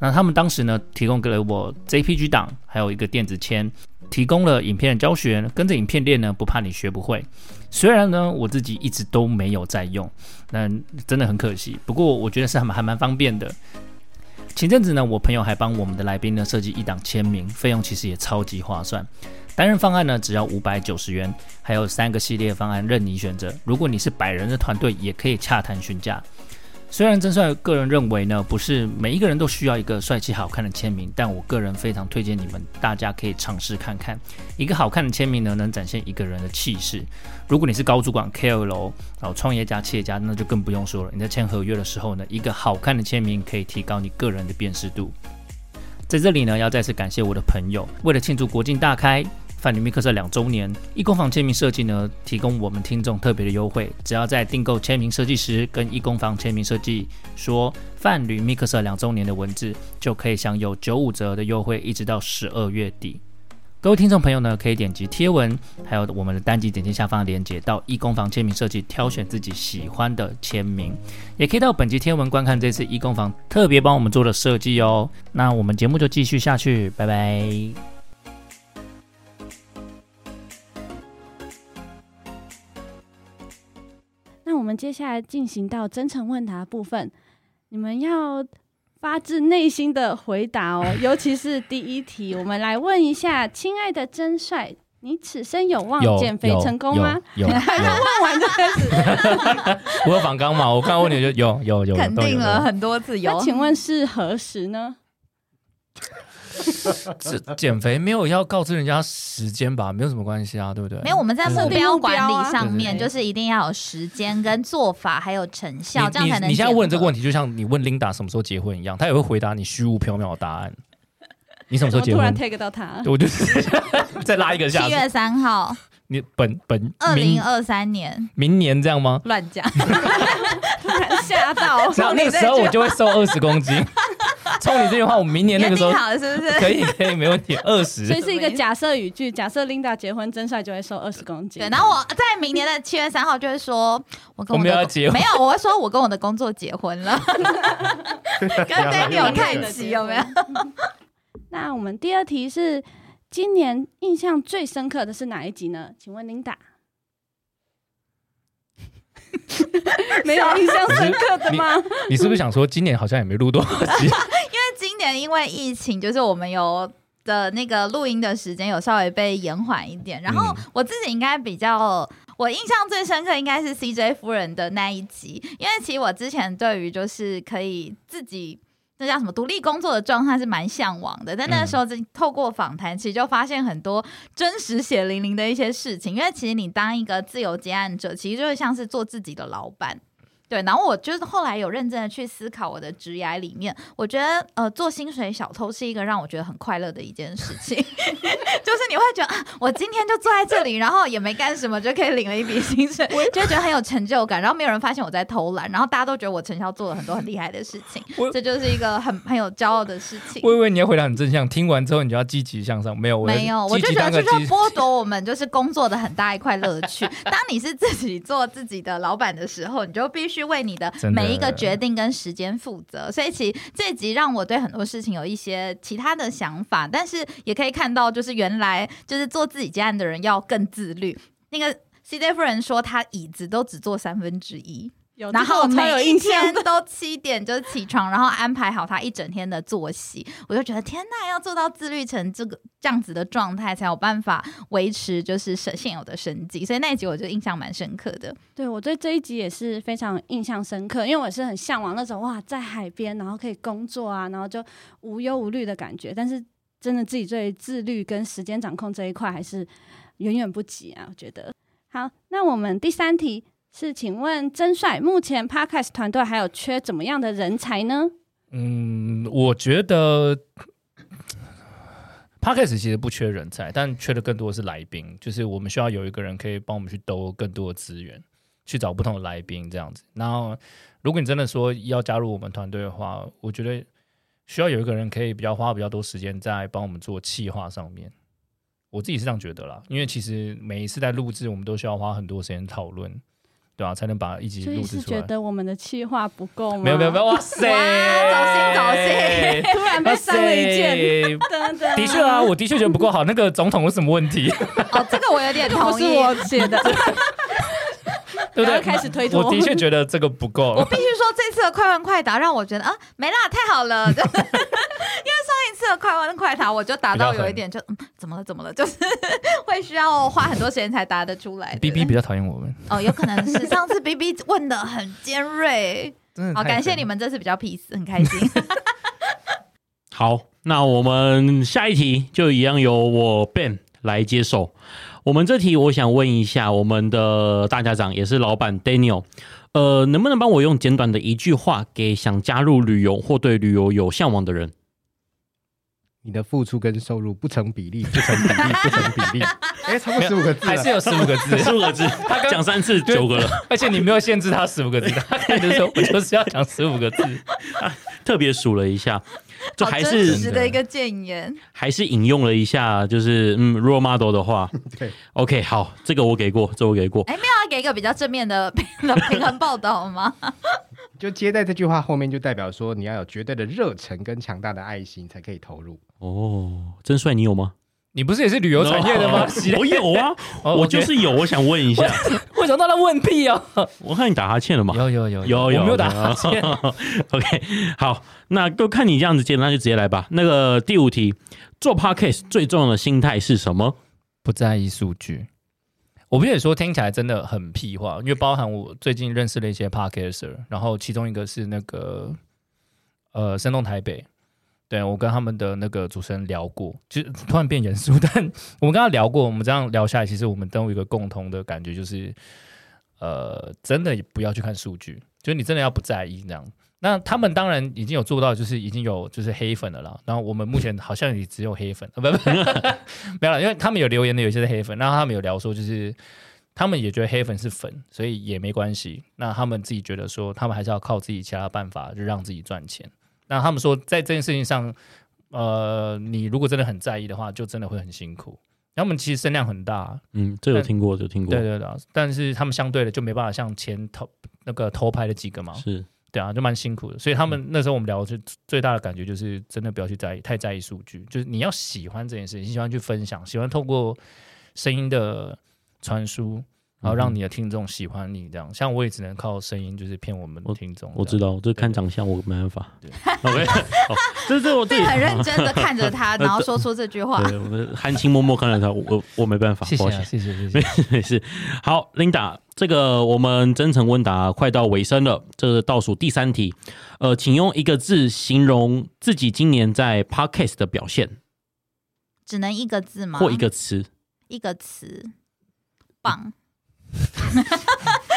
C: 那他们当时呢，提供给了我 JPG 档，还有一个电子签，提供了影片的教学，跟着影片练呢，不怕你学不会。虽然呢，我自己一直都没有在用，那真的很可惜。不过我觉得是还蛮还蛮方便的。前阵子呢，我朋友还帮我们的来宾呢设计一档签名，费用其实也超级划算。单人方案呢只要五百九十元，还有三个系列方案任你选择。如果你是百人的团队，也可以洽谈询价。虽然真帅个人认为呢，不是每一个人都需要一个帅气好看的签名，但我个人非常推荐你们大家可以尝试看看。一个好看的签名呢，能展现一个人的气势。如果你是高主管、KOL，然后创业家、企业家，那就更不用说了。你在签合约的时候呢，一个好看的签名可以提高你个人的辨识度。在这里呢，要再次感谢我的朋友，为了庆祝国境大开。范尼密克社两周年，义工坊签名设计呢，提供我们听众特别的优惠，只要在订购签名设计时，跟义工坊签名设计说“范旅密克社两周年”的文字，就可以享有九五折的优惠，一直到十二月底。各位听众朋友呢，可以点击贴文，还有我们的单集简介下方的链接，到义工坊签名设计挑选自己喜欢的签名，也可以到本集贴文观看这次义工坊特别帮我们做的设计哦。那我们节目就继续下去，拜拜。
E: 那我们接下来进行到真诚问答部分，你们要发自内心的回答哦，尤其是第一题，我们来问一下，亲爱的真帅，你此生有望
A: 有
E: 减肥
A: 有
E: 成功吗？
A: 有有有
E: 问完就开始，
A: 我有反刚嘛？我刚刚问你就有有有，
B: 肯
A: 都有
B: 定啊了
A: 都
B: 很多次有
E: 那。请问是何时呢？
A: 有这减肥没有要告知人家时间吧？没有什么关系啊，对不对？
B: 没有，我们在目标管理上面，
A: 对
B: 就
A: 对
B: 是一定要有时间跟做法，还有成效，这样
A: 你
B: 才
A: 你
B: 能。
A: 你现在问这个问
B: 题，
A: 题，就像你问 Linda 什么时候结婚一样，她也会回答你虚无缥缈的答案。你什么时
E: 我
A: 候结
E: 突然
A: 婚？
E: take 到他，
A: 我就 (laughs) 再拉一个下
B: 七
A: 去。
B: 月三号，
A: 你本本
B: 二
A: 明
B: 零二三年，
A: 明年这样吗？
B: 乱
A: (laughs)
B: 讲，
E: 突然吓到我
A: 这
B: 哦
A: 样那个时候我就会瘦二十公
B: (laughs)
A: 斤。冲你这句话，我明年那
B: 约
A: 个时候
B: 定好了是不是？
A: 可以可以没问题，二
E: 所以
A: 十。
E: 是一个假设语句，假设 Linda 结婚，真帅就会瘦二十公斤
B: 对，。然后我在明年的七月三号就会说，我跟
A: 我
B: 我
A: 们
B: 的
A: 要结婚
B: 没有，我会说我跟我的工作结婚了，跟 Daniel 看齐有没有？？
E: (laughs) 那我们第二题是今年印象最深刻的是哪一集呢？请问 Linda。没有印象深刻的吗？
A: 你是不是想说今年好像也没录多少集？
B: 那今年因为疫情，就是我们有。的那个录音的时间有稍微被延缓一点，然后我自己应该比较，我印象最深刻应该是 CJ 夫人的那一集，因为其实我之前对于就是可以自己那叫什么独立工作的状态是蛮向往的，但那时候就透过访谈，其实就发现很多真实血淋淋的一些事情，因为其实你当一个自由接案者，其实就是像是做自己的老板，对，然后我就是后来有认真的去思考我的职涯里面，我觉得呃做薪水小偷是一个让我觉得很快乐的一件事情， (laughs) 就是你会觉得啊，我今天就坐在这里，然后也没干什么，就可以领了一笔薪水，就会觉得很有成就感，然后没有人发现我在偷懒，然后大家都觉得我成效做了很多很厉害的事情
A: 我，
B: 这就是一个很很有骄傲的事情。
A: 我以为你要回答很正向，听完之后你就要积极向上。没有，
B: 没有，我
A: 积
B: 就
A: 极
B: 觉
A: 当
B: 得
A: 个
B: 这就是
A: 积极。
B: 剥夺我们就是工作的很大一块乐
A: (laughs)
B: 趣。当你是自己做自己的老板的时候，你就必须为你的
A: 真的
B: 每一个决定跟时间负责。所以其实这集让我对很多事情有一些其他的想法，但是也可以看到，就是原来就是做自己家案的人要更自律。那个 CJ 夫人说，她椅子都只做三分之一。
E: 有
B: 然后
E: 这个我超有
B: 每一
E: 印象
B: 天
E: 的，
B: 都七点就起床，然后安排好他一整天的作息。我就觉得天呐，要做到自律成这个这样子的状态，才有办法维持就是现现有的生计。所以那一集我就印象蛮深刻的。
E: 对我对这一集也是非常印象深刻，因为我也是很向往那种哇，在海边然后可以工作啊，然后就无忧无虑的感觉。但是真的自己对自律跟时间掌控这一块还是远远不及啊，我觉得。好，那我们第三题是，请问真帅目前 Podcast 团队还有缺怎么样的人才呢？
C: 嗯，我觉得 podcast 其实不缺人才，但缺的更多的是来宾，就是我们需要有一个人可以帮我们去兜更多的资源，去找不同的来宾这样子。然后，如果你真的说要加入我们团队的话，我觉得需要有一个人可以比较花比较多时间在帮我们做企划上面。我自己是这样觉得啦，因为其实每一次在录制，我们都需要花很多时间讨论，对啊吧、才能把一集
E: 所
C: 录
E: 以
C: 制
E: 是
C: 出
E: 觉
C: 来。
E: 得我们的企划不够吗？哎
C: 没有没有没
E: (laughs)
C: 有，，哇塞！
B: 哇走心
C: (laughs) 走心。
E: 突然被伤了一箭。
C: 哇
E: 真
C: 塞
E: 的
C: 的确啊，我的确觉得不够好。那个总统有什么问
E: (laughs)
C: 题？
B: 哦，这个我有点
E: 这不
B: 同
E: 是
B: 意。
E: 我写的，
C: 对不
E: 然
C: 对？
E: 后开始推脱。
C: 我的确觉得这个不
B: 我
E: (laughs)
C: 够。
B: 必须说，这次的快问快答让我觉得啊，没啦，太好了。因 (laughs) 为上一次的快问快答，我就答到有一点就嗯，怎么了怎么了，就是 (laughs) 会需要花很多时间才答得出来的。
C: B B 比较讨厌我们，
B: 哦，有可能是上次 B B 问的很尖锐。
C: 真的
B: 好，
C: 太
B: 感谢
C: 狠
B: 你们这次比较 peace，很开心。
A: (laughs) 好，那我们下一题就一样由我 Ben 来接手。我们这题我想问一下我们的大家长，也是老板 Daniel，呃，能不能帮我用简短的一句话给想加入旅游或对旅游有向往的人？
D: 你的付出跟收入不成比例，不成比例，不成比
C: (laughs)
D: 例。哎，超过十五个字
C: 还是
D: 了。
C: 有十五个 (laughs) 字，
A: 十五个字， (laughs) 他
C: 刚
A: 讲三次
C: 对
A: 九个了，
C: 而且你没有限制他十五个字，他看就说我就是要讲十五个 (laughs) 字。
A: 特别数了一下，就
B: 好
A: 还
B: 真
A: 是
B: 实的一个谏言，
A: 还是引用了一下，就是嗯，role model 的话，
D: 对
A: ，OK，好，这个我给过，这我给过，
B: 那要给一个比较正面的的平衡报道吗？
D: 就接在这句话后面，就代表说你要有绝对的热忱跟强大的爱心才可以投入。
A: 哦，真帅，你有吗？
C: 你不是也是旅游产业的吗？喜
A: (laughs) 我有啊，
C: (laughs) 哦
A: 我就是有，我想问一
C: (laughs)
A: 下，
C: 为什么让他问屁哦？
A: 我看你打哈欠了嘛？
C: 有有有
A: 有
C: 我没有打哈
A: 哈
C: 欠
A: 欠。。OK，好，那都看你这样子接，那就直接来吧。那个第五题，做 podcast 最重要的心态是什么？
C: 不在意数据。我不也说听起来真的很屁话，因为包含我最近认识了一些 podcaster，然后其中一个是那个呃生动台北，对我跟他们的那个主持人聊过，就突然变严肃，但我们跟他聊过，我们这样聊下来，其实我们都有一个共同的感觉，就是呃，真的不要去看数据，就是你真的要不在意这样。那他们当然已经有做到，就是已经有就是黑粉了啦。然后我们目前好像也只有黑粉，啊、不不，没有了，因为他们有留言的，有一些是黑粉，然后他们有聊说，就是他们也觉得黑粉是粉，所以也没关系。那他们自己觉得说，他们还是要靠自己其他办法，就让自己赚钱。那他们说，在这件事情上，呃，你如果真的很在意的话，就真的会很辛苦。他们其实声量很大，
A: 嗯，这有听过，这有听过，
C: 对对对啊，但是他们相对的就没办法像前头那个头牌的几个嘛，
A: 是
C: 对啊，就蛮辛苦的。所以他
A: 嗯
C: 们那时候我们聊，就最大的感觉就是真的不要去在意，太在意数据，就是你要喜欢这件事情，喜欢去分享，喜欢透过声音的传输，然
A: 嗯
C: 后让你的听众喜欢你这样。像我也只能靠声音，就是骗我们听众。
A: 我知
C: 道，
A: 道，这看长相我没办法。OK，好这是我自
C: (laughs)
A: 己
B: 对，很认真的看着
A: (laughs)
B: 他，然后说出这句话。
A: 呃对，我们含情脉脉看着他，我我我没办法，
C: 谢谢
A: 抱
C: 啊、
A: 歉
C: 谢谢谢谢。
A: (laughs) 没事。好，Linda，这个我们真诚问答快到尾声了，这是倒数第三题。呃，请用一个字形容自己今年在 podcast 的表现，
B: 只能一个字吗？
A: 或一个词。
B: 一个词，棒。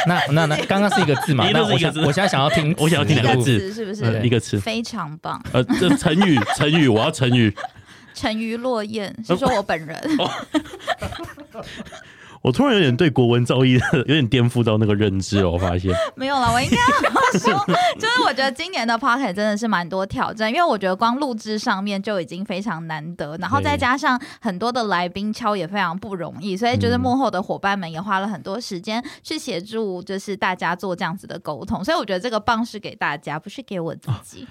C: 那那那刚刚是一个
A: (laughs)
C: 字嘛？
A: 一
C: 那
A: 个字
C: 我
A: 一个
C: 想
A: 字，
C: 我现在想要听
A: (laughs) 我想要听两
B: 一
A: 个
B: 个
A: 字
B: 词是不
C: 对
B: 是
A: 呃，一个词，
B: 非常棒？
A: 呃，这成语，成语，我要成语。
B: 沉鱼落雁
A: 呃
B: 是说我本人，
A: 我突然有点对国文造诣的有点颠覆到那个认知哦，我发现。
B: 没有了，我应该要说，就是我觉得今年的 p o c k e t 真的是蛮多挑战，因为我觉得光录制上面就已经非常难得，然后再加上很多的来宾敲也非常不容易，所以就是幕后的伙伴们也花了很多时间去协助，就是大家做这样子的沟通，所以我觉得这个棒是给大家，不是给我自己。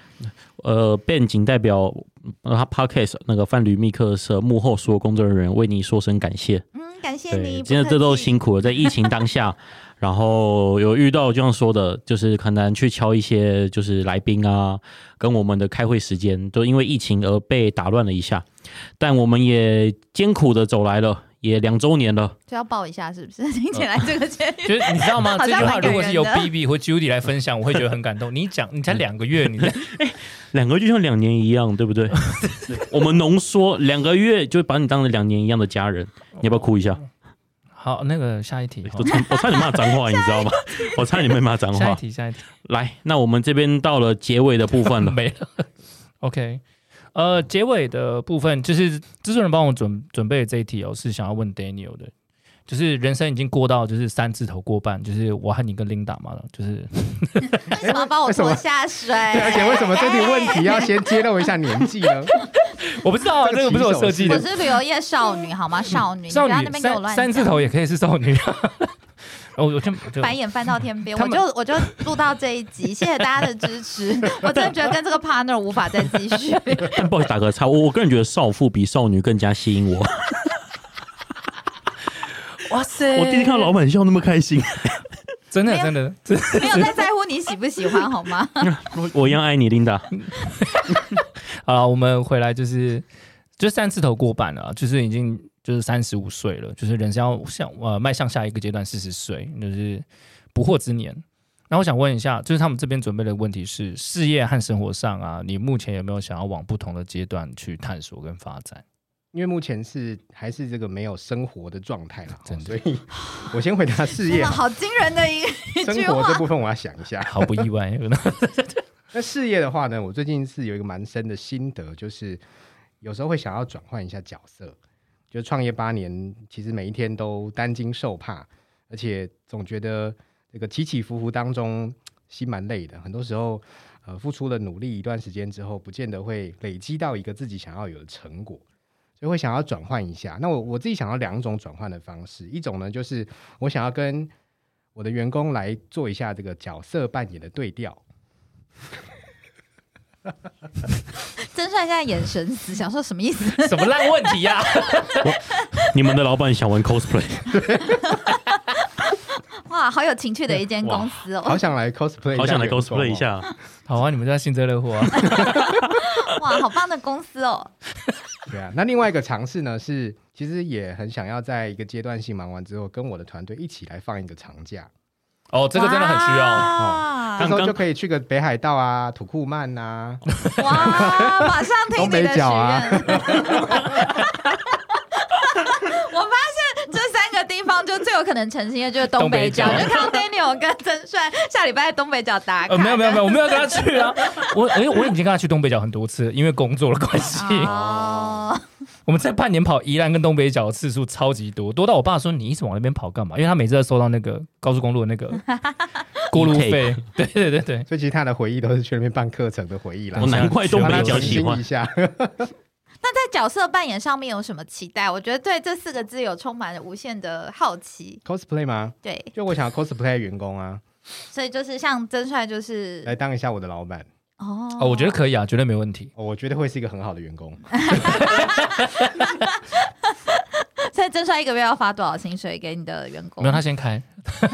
A: 呃，Ben 仅代表呃他 podcast 那个范吕密克社幕后所有工作人员为你说声感谢。
B: 嗯，感谢
A: 对，
B: 你，
A: 今天
B: 不客
A: 这都
B: 气
C: (laughs)
A: 辛苦了，在疫情当下，然后有遇到就像说的，就是可能去敲一些就是来宾啊，跟我们的开会时间都因为疫情而被打乱了一下，但我们也艰苦的走来了，也两周年了。
B: 就要报一下，是不是？听起来这个建议
C: 就是你知道吗？
B: (laughs) 好
C: 这
B: 像
C: 句话
B: 蛮感
C: 如果是由
B: 人的
C: B B 或 Judy 来分享，我会觉得很感动。你讲，你才两个月，
A: (laughs)
C: 你
A: 两个月就像两年一样，对不
C: (laughs)
A: 对？我们浓缩两个月，就把你当成两年一样的家人。你要不要哭一下？
C: 好，那个下一题，好
A: 我差我差点骂脏话，你知
C: (laughs)
A: 道吗？我差点被骂脏
C: 下一
A: 话。
C: 题，下一题，
A: 来，那我们这边到了结尾的部
C: (laughs)
A: 分了。
C: 没了。OK，呃，结尾的部分就是制作人帮我准准备的这一题哦，是想要问 Daniel 的，就是人生已经过到就是三字头过半，就是我和你跟 Linda 嘛，就是
B: 为什么要把我
D: 为什么
B: 拖下水？
D: 对， (laughs) 而且为什么这题问题要先揭露一下年纪呢？
C: (laughs) 我不知道啊，这个不是我设计
B: 我
C: 的，
B: 是旅游业少女，好吗？少女，
C: 少
B: 你不要在
C: 女
B: 那边给我
C: 三
B: 乱
C: 三字
B: 讲
C: 头也可以是少女。 (laughs) 哦，我就就
B: 白眼翻到天边，
C: 他
B: 我
C: 们
B: 就我就录到这一集，谢谢大家的支
C: (laughs)
B: 持。我真的觉得跟这个 partner 无法再继续。
A: 但 (laughs) 不好意思打个岔，我我个人觉得少妇比少女更加吸引我。
C: (laughs) 哇塞
A: 我第一次看到老板笑那么开心，
C: 真的
B: 没有
C: 真的
B: 没有在在乎你喜不喜欢，好吗？
A: 我我一样爱你，琳达。
C: 啊，我们回来就是就三字头过半了啊，就是已经就是三十五岁了，就是人生要向呃迈向下一个阶段四十岁，就是不惑之年。那我想问一下，就是他们这边准备的问题是事业和生活上啊，你目前有没有想要往不同的阶段去探索跟发展？
D: 因为目前是还是这个没有生活的状态啦，
C: (laughs) 真的
D: 所以我先回答事
B: 真
D: 业
B: 的
D: 好，
B: (laughs) 好惊人的一个一
D: 生
B: 句
D: 活这
B: 话。
D: 部分我要想一下。
C: 毫不意外， (laughs) 有呢
D: 那事业的话呢，我最近是有一个蛮深的心得，就是有时候会想要转换一下角色。就创业八年，其实每一天都担惊受怕，而且总觉得这个起起伏伏当中心蛮累的。很多时候，呃，付出了努力一段时间之后，不见得会累积到一个自己想要有的成果，所以会想要转换一下。那我我自己想要两种转换的方式，一种呢就是我想要跟我的员工来做一下这个角色扮演的对调。
B: 真帅现在眼神死，想说什么意思？
C: 什么烂问题啊呀、
A: 你们的老板想玩 (laughs) cosplay，
B: 哇，好有情趣的一间公司
D: (laughs) 好
B: 哦！
D: 想来 cosplay，一下
A: 好想来
D: 员工
A: cosplay 一
D: 哦。
A: 下。
C: 好啊，你们都在幸灾乐祸啊！
B: 哇，好棒的公司哦！
D: 对啊，那另外一个尝试呢是，其实也很想要在一个阶段性忙完之后，跟我的团队一起来放一个长假，
C: 哦，这个真的很需要。哦
B: 哇
D: 这
A: 刚
D: 时候就可以去个北海道啊、土库曼呐、
B: 哇，马上听你的
D: 东北
B: 许愿。
D: 角啊
B: (laughs) 我发现这三个地方就最有可能成型的就是东北角，
C: 东北
B: 就看到 Daniel 跟曾帅下礼拜在东北角打卡。
C: 呃，没有没有没有，我没有跟他去啊，我哎、我已经跟他去东北角很多次了，因为工作的关系。
B: 哦，
C: 我们在半年跑宜兰跟东北角的次数超级多，多到我爸说你一直往那边跑干嘛？因为他每次都收到那个高速公路的那个过路费。 (laughs) 对对对对，
D: 所以其实他的回忆都是去那边办课程的回忆啦
A: 我。哦难怪东
D: 让
A: 北
D: 他
A: 角
D: 澄
A: 喜
D: 清
A: 欢
D: 一。下， (laughs)
B: 那在角色扮演上面有什么期待？我觉得对这四个字有充满了无限的好奇。
D: cosplay 吗？
B: 对，
D: 就我想要 cosplay 员工啊，
B: 所以就是像曾帅就是
D: 来当一下我的老板，
B: 哦
C: 哎哦，我觉得可以啊，绝对没问题。
D: 哦我觉得会是一个很好的员工。
B: 所以曾帅一个月要发多少薪水给你的员工？
C: 没有，他先开。 (laughs)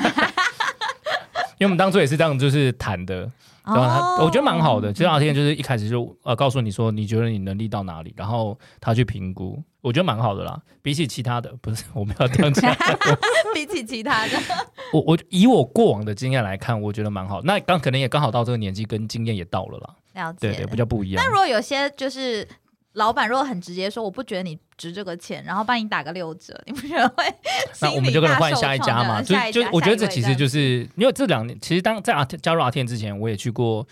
C: 因为我们当初也是这样，就是谈的，然后
B: 哦
C: 他、我觉得蛮好的。其实阿天就是一开始就呃告诉你说，你觉得你能力到哪里，然后他去评估，我觉得蛮好的啦。比起其他的，不是 (laughs) 我们要这样讲，
B: (laughs) 比起其他的，
C: 我我以我过往的经验来看，我觉得蛮好。那刚可能也刚好到这个年纪，跟经验也到了啦，
B: 了解。
C: 对对，比较不一样
B: 那。如果有些就是老板，如果很直接说我不觉得你值这个钱，然后帮你打个六折，你不觉得
C: (laughs)
B: 会心
C: 那
B: 里
C: 我们就跟
B: 大
C: 他换
B: 受
C: 下一
B: 创
C: 家
B: 的
C: 嘛，就
B: 下一
C: 就
B: 家
C: 我觉
B: 下
C: 得这
B: 一位
C: 其实就是因为这两年，其实当在阿加入阿天之前，我也去过，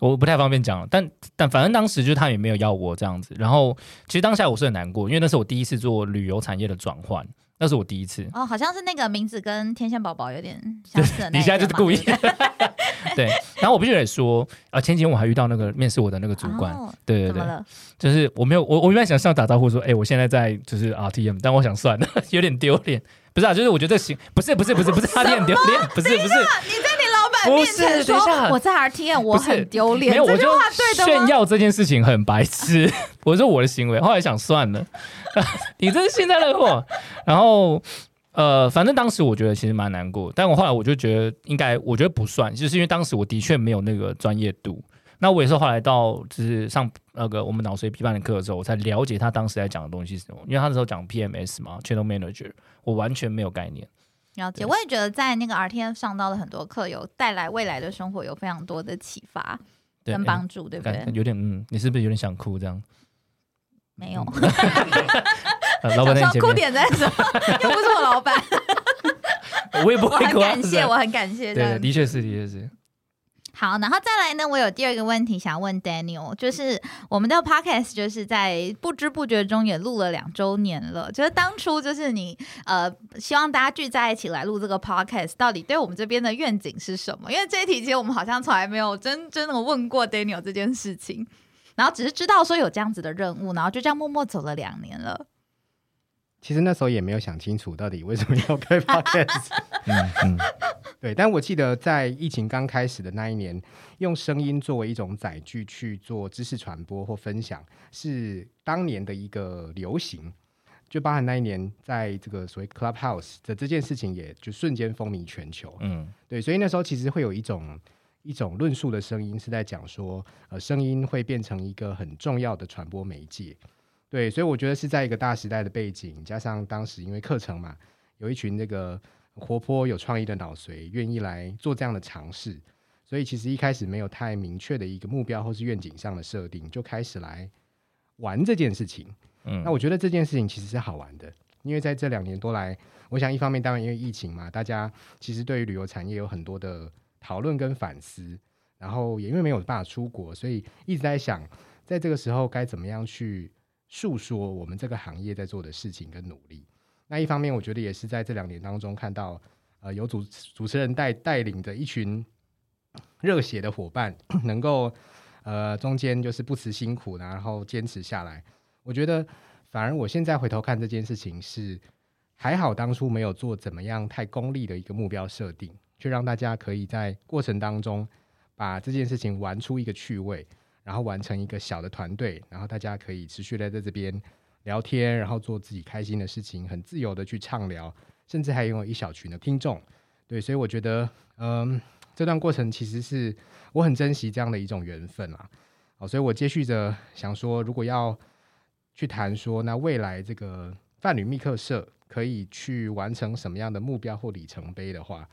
C: 我不太方便讲了，但但反正当时就是他也没有要我这样子。然后其实当下我是很难过，因为那是我第一次做旅游产业的转换，那是我第一次。
B: 哦，好像是那个名字跟天线宝宝有点相似的那一
C: 你现在
B: 个
C: 就是
B: 嘛
C: 故意
B: 对不对
C: (laughs) 对，然后我必须得说，啊，前几天我还遇到那个面试我的那 (laughs) 个主管，
B: 哦
C: 对对
B: 怎
C: 对
B: 么，了？
C: 就是我没有我我原本想上打招呼说，哎、我现在在就是 RTM，但我想算了， (laughs) 有点丢脸。不是啊，就是我觉得这行不是不是不是不是 RTM 丢脸，不是不是，
B: 啊你老板面前
C: 不是等一下
B: 说我在 R T M 我
C: 不是
B: 很丢脸，
C: 没有，
B: 这
C: 我
B: 句
C: 就
B: 话对的吗
C: 炫耀这件事情很白痴， (laughs) 我说我的行为，后来想算了，你真是幸灾乐祸。然后呃，反正当时我觉得其实蛮难过，但我后来我就觉得应该，我觉得不算，就是因为当时我的确没有那个专业度。那我也是后来到就是上那个我们脑髓批判的课的时候，我才了解他当时在讲的东西是什么。因为他那时候讲 PMS 嘛，Channel Manager，我完全没有概念。
B: 了解，
C: 对
B: 我也觉得在那个 RTM 上到了很多课，有带来未来的生活有非常多的启发
C: 对，
B: 跟帮助，对
C: 嗯
B: 不对
C: 感？有点嗯，你是不是有点想哭这样？
B: 没有，
C: 呃、嗯老
B: (laughs) 想
C: 板在你
B: 说
C: 前
B: 哭点
C: 面，
B: 在什么？又不是我老板，
C: 我也不
B: 我
C: 会
B: 很
C: 哭啊。
B: 感谢，我很感谢
C: 对
B: 这样
C: 对，
B: 子。
C: 的确是，的确是。
B: 好，然后再来呢，我有第二个问题想问 Daniel，就是我们的 podcast 就是在不知不觉中也录了两周年了，就是当初就是你呃希望大家聚在一起来录这个 podcast，到底对我们这边的愿景是什么？因为这一题其实我们好像从来没有真真的问过 Daniel 这件事情，然后只是知道说有这样子的任务，然后就这样默默走了两年了。
D: 其实那时候也没有想清楚到底为什么要开 (laughs) podcast，
C: 嗯嗯，
D: (laughs) 对，但我记得在疫情刚开始的那一年，用声音作为一种载具去做知识传播或分享，是当年的一个流行。就包含那一年，在这个所谓 Clubhouse 的这件事情，也就瞬间风靡全球。
C: 嗯，
D: 对，所以那时候其实会有一种一种论述的声音是在讲说，呃，声音会变成一个很重要的传播媒介。对，所以我觉得是在一个大时代的背景，加上当时因为课程嘛，有一群这个活泼有创意的脑髓愿意来做这样的尝试，所以其实一开始没有太明确的一个目标或是愿景上的设定，就开始来玩这件事情。
C: 嗯
D: 那我觉得这件事情其实是好玩的，因为在这两年多来，我想一方面当然因为疫情嘛，大家其实对于旅游产业有很多的讨论跟反思，然后也因为没有办法出国，所以一直在想，在这个时候该怎么样去诉说我们这个行业在做的事情跟努力。那一方面，我觉得也是在这两年当中看到，呃，有主主持人带带领着一群热血的伙伴，能够呃中间就是不辞辛苦，然后坚持下来。我觉得反而我现在回头看这件事情是还好，当初没有做怎么样太功利的一个目标设定，去让大家可以在过程当中把这件事情玩出一个趣味，然后完成一个小的团队，然后大家可以持续的在这边聊天，然后做自己开心的事情，很自由的去畅聊，甚至还拥有一小群的听众。对，所以我觉得，嗯，这段过程其实是我很珍惜这样的一种缘分啦。好，所以我接续着想说，如果要去谈说，那未来这个泛旅密客社可以去完成什么样的目标或里程碑的话，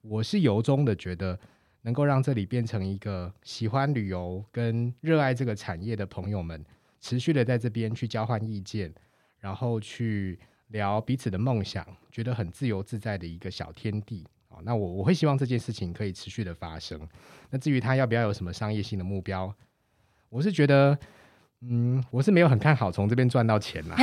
D: 我是由衷的觉得，能够让这里变成一个喜欢旅游跟热爱这个产业的朋友们，持续的在这边去交换意见，然后去聊彼此的梦想，觉得很自由自在的一个小天地。哦那我我会希望这件事情可以持续的发生。那至于它要不要有什么商业性的目标，我是觉得，嗯，我是没有很看好从这边赚到钱啦。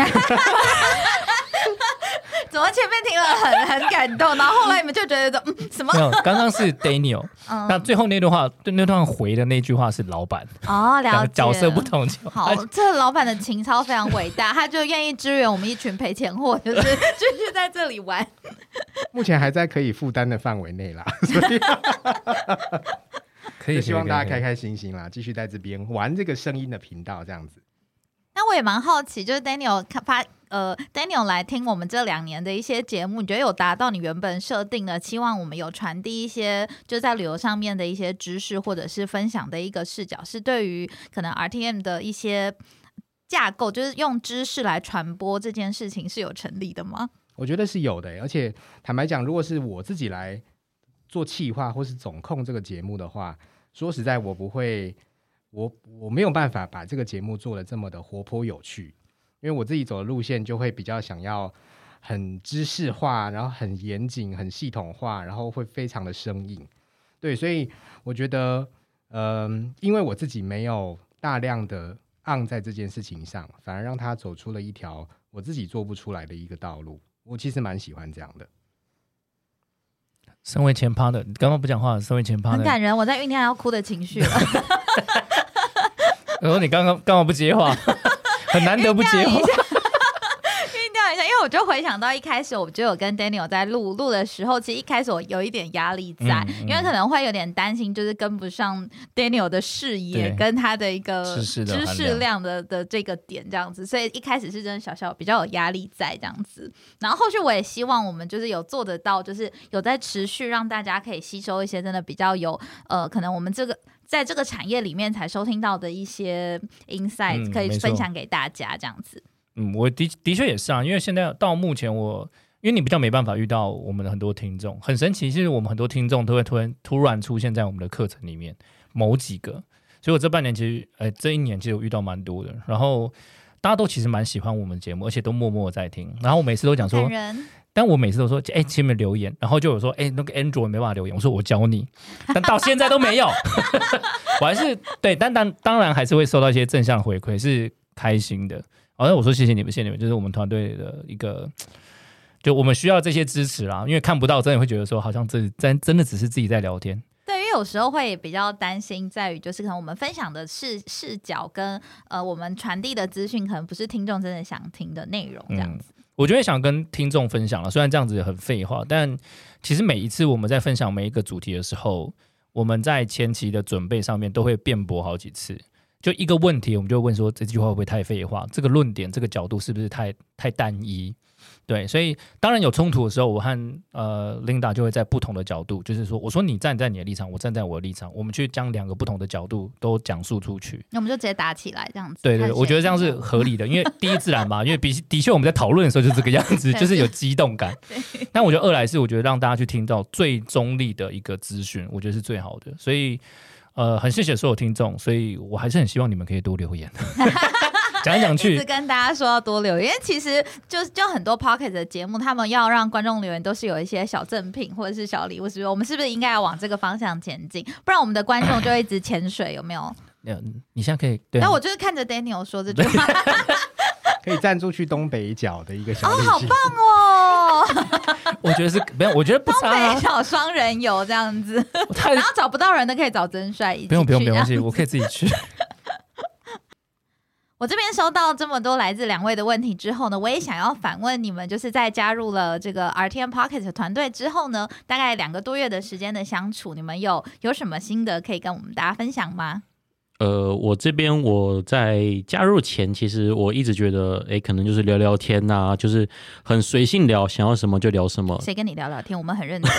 B: 怎么前面听了很很感动，然后后来你们就觉得嗯什么
C: 没有，刚
B: (laughs)
C: 刚是 Daniel，那
B: 嗯
C: 最后那段话，对那段回的那句话是老板，
B: 哦
C: 两
B: 了
C: 个
B: 解
C: 角色不同，
B: 好，这老板的情操非常伟大，他就愿意支援我们一群赔钱货，就是 (laughs) 继续在这里玩。
D: 目前还在可以负担的范围内啦，所以
C: 可
D: 就 (laughs) 希望大家开开心心啦，继续在这边玩这个声音的频道这样子。
B: 那我也蛮好奇，就是 Daniel 看发呃 Daniel 来听我们这两年的一些节目，你觉得有达到你原本设定的？期望我们有传递一些就在旅游上面的一些知识，或者是分享的一个视角，是对于可能 RTM 的一些架构，就是用知识来传播这件事情是有成立的吗？
D: 我觉得是有的欸、而且坦白讲，如果是我自己来做企划或是总控这个节目的话，说实在，我不会，我我没有办法把这个节目做的这么的活泼有趣，因为我自己走的路线就会比较想要很知识化，然后很严谨、很系统化，然后会非常的生硬。对，所以我觉得，嗯、因为我自己没有大量的按在这件事情上，反而让他走出了一条我自己做不出来的一个道路。我其实蛮喜欢这样的。
C: 身为前趴的，你刚刚不讲话，身为前趴
B: 很
C: 的，
B: 感人，我在酝酿要哭的情绪了。 (laughs)
C: 然后你刚刚干嘛不接话？很难得不接
B: 酝酿
C: 话
B: 一，下，酝酿一下，因为我就回想到一开始，我就有跟 Daniel 在录录的时候，其实一开始我有一点压力在，
C: 嗯嗯
B: 因为可能会有点担心，就是跟不上 Daniel 的视野
C: 对
B: 跟他的一个
C: 知识的
B: 知
C: 含
B: 识
C: 量
B: 量的的这个点这样子，所以一开始是真的小小比较有压力在这样子。然后后续我也希望我们就是有做得到，就是有在持续让大家可以吸收一些真的比较有呃，可能我们这个在这个产业里面才收听到的一些 insight，、
C: 嗯
B: 可以
C: 没错
B: 分享给大家这样子。
C: 嗯，我的的确也是啊，因为现在到目前我，因为你比较没办法遇到我们的很多听众，很神奇，是我们很多听众都会突然突然出现在我们的课程里面，某几个。所以我这半年其实，呃，这一年其实我遇到蛮多的，然后大家都其实蛮喜欢我们节目，而且都默默在听。然后我每次都讲
B: 感
C: 说，
B: 人，
C: 但我每次都说，哎、前面留言，然后就有说，哎、那个 Android 没办法留言，我说我教你，但到现在都没有， (laughs) 我还是对，但当当然还是会收到一些正向的回馈，是开心的。好、那我说谢谢你们，谢谢你们，就是我们团队的一个，就我们需要这些支持啦，因为看不到，真的会觉得说，好像这真真的只是自己在聊天，
B: 对，因为有时候会比较担心，在于就是可能我们分享的视视角跟呃我们传递的资讯，可能不是听众真的想听的内容这样子。
C: 嗯我觉得想跟听众分享了，虽然这样子很废话，但其实每一次我们在分享每一个主题的时候，我们在前期的准备上面都会辩驳好几次。就一个问题，我们就会问说这句话会不会太废话？这个论点、这个角度是不是太太单一？对，所以当然有冲突的时候，我和呃 Linda 就会在不同的角度，就是说，我说你站在你的立场，我站在我的立场，我们去将两个不同的角度都讲述出去。
B: 那我们就直接打起来这样子。
C: 对对，
B: 看
C: 对
B: 谁
C: 我觉得这样是合理的，因为第一自然嘛，因为比的确我们在讨论的时候就是这个样子，
B: 对
C: 就是有激动
B: (laughs)
C: 感。但我觉得二来是我觉得让大家去听到最中立的一个资讯，我觉得是最好的。所以呃，很谢谢所有听众，所以我还是很希望你们可以多
B: (laughs)
C: 留言，讲来讲
B: 一直
C: 去。
B: 跟大家说要多留言，因为其实就就很多 Pocket 的节目，他们要让观众留言都是有一些小赠品或者是小礼物，是不是？我们是不是应该要往这个方向前进？不然我们的观众就会一直潜水，有没有？
C: 嗯你现在可以对啊，
B: 那我就是看着 Daniel 说这句
C: (laughs)
B: 话，
D: 可以赞助去东北角的一个小
B: 哦，
D: (laughs) 旅
B: 好
D: 行。
B: 棒
C: (laughs)
B: 哦！
C: 我觉得是没有，我觉得不差
B: (laughs) 北
C: 啊，
B: 找双人游这样子，
C: 我太
B: 然后找不到人的可以找曾帅一起啊
C: 不用不用不
B: 去这
C: 用，没
B: 样
C: 关系，我可以自己去。
B: 我这边收到这么多来自两位的问题之后呢，我也想要反问你们，就是在加入了这个 RTM Pocket 的团队之后呢，大概两个多月的时间的相处，你们有有什么心得可以跟我们大家分享吗？
A: 呃，我这边我在加入前，其实我一直觉得，哎，可能就是聊聊天呐、就是很随性聊，想要什么就聊什
C: 哦
A: 么。
B: 谁跟你聊聊天？我们很认
C: (laughs)
B: 真。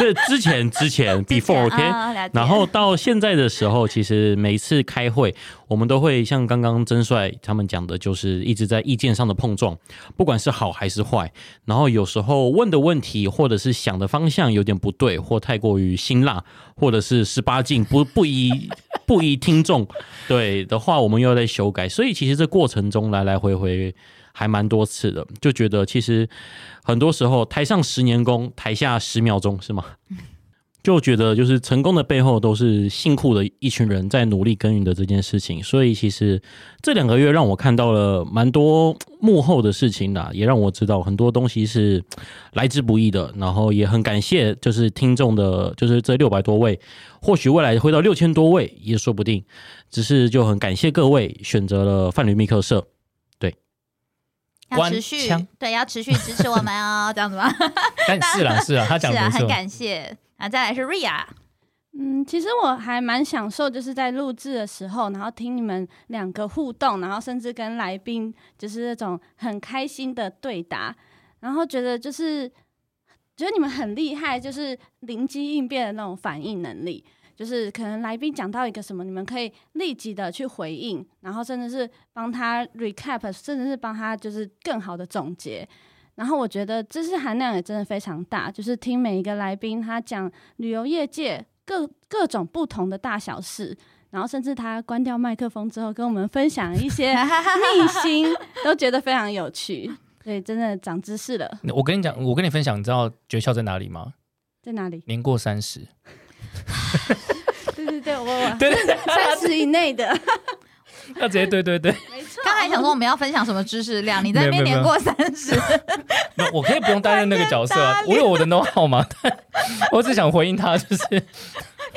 A: 这之前之 (laughs) 前 before OK，、
B: 啊了解
A: 然后到现在的时候，其实每一次开会，我们都会像刚刚曾帅他们讲的，就是一直在意见上的碰撞，不管是好还是坏。然后有时候问的问题或者是想的方向有点不对，或太过于辛辣，或者是十八禁不不宜不宜听众对的话，我们又要再修改。所以其实这过程中来来回回还蛮多次的，就觉得其实很多时候台上十年功，台下十秒钟，是吗？就觉得就是成功的背后都是辛苦的一群人在努力耕耘的这件事情，所以其实这两个月让我看到了蛮多幕后的事情啦，也让我知道很多东西是来之不易的，然后也很感谢就是听众的，就是这六百多位，或许未来会到六千多位也说不定，只是就很感谢各位选择了泛旅密客社，
B: 要
C: 官
B: 持续
C: 腔
B: 对，要持续支持我们哦，这样子吗？
C: 但是啦是啦， (laughs) 他讲
B: 是
C: 得
B: 啊，
C: 没
B: 很
C: 错。
B: 感谢。啊，再来是瑞亚，
E: 嗯，其实我还蛮享受，就是在录制的时候，然后听你们两个互动，然后甚至跟来宾就是那种很开心的对答，然后觉得就是觉得你们很厉害，就是灵机应变的那种反应能力。就是可能来宾讲到一个什么，你们可以立即的去回应，然后甚至是帮他 recap，甚至是帮他就是更好的总结。然后我觉得知识含量也真的非常大，就是听每一个来宾他讲旅游业界各各种不同的大小事，然后甚至他关掉麦克风之后，跟我们分享一些 (laughs) 秘辛，都觉得非常有趣。对，真的长知识了，
C: 我跟你讲，我跟你分享，你知道诀窍在哪里吗？？
E: 在哪里
C: 年过三十，
E: (laughs)
B: (laughs)
E: 对对对，我我
C: 对对
E: (laughs) 三十以内的，
C: 要直接对对对。
E: 没错
B: 刚才想说我们要分享什么知识量，你在那边
C: 没
B: 年
C: 有没有
B: 过三十，
C: 没有我可以不用担任那个角色啊，我有我的 know how 嘛，但我只想回应他，就是
B: 因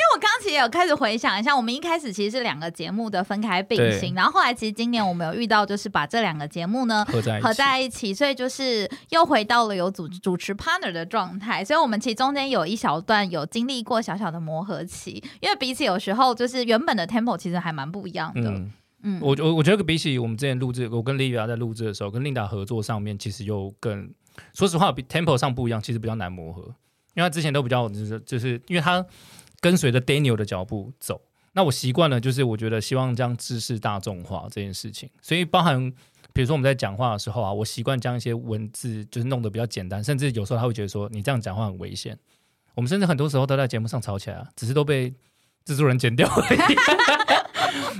B: 为我刚刚其实有开始回想一下，我们一开始其实是两个节目的分开并行，
C: 对
B: 然后后来其实今年我们有遇到，就是把这两个节目呢
C: 合在一起
B: 合在一起，所以就是又回到了有主主持 partner 的状态。所以我们其实中间有一小段有经历过小小的磨合期，因为彼此有时候就是原本的 tempo 其实还蛮不一样的。
C: 嗯，
B: 嗯，
C: 我我我觉得比起我们之前录制，我跟 Livia 在录制的时候，跟 Linda 合作上面，其实又更说实话，比 tempo 上不一样，其实比较难磨合，因为他之前都比较就是就是因为他跟随着 Daniel 的脚步走，那我习惯了，就是我觉得希望将知识大众化这件事情，所以包含。比如说我们在讲话的时候啊，我习惯将一些文字就是弄得比较简单，甚至有时候他会觉得说你这样讲话很危险。我们甚至很多时候都在节目上吵起来啊，只是都被制作人剪掉而已。 (laughs)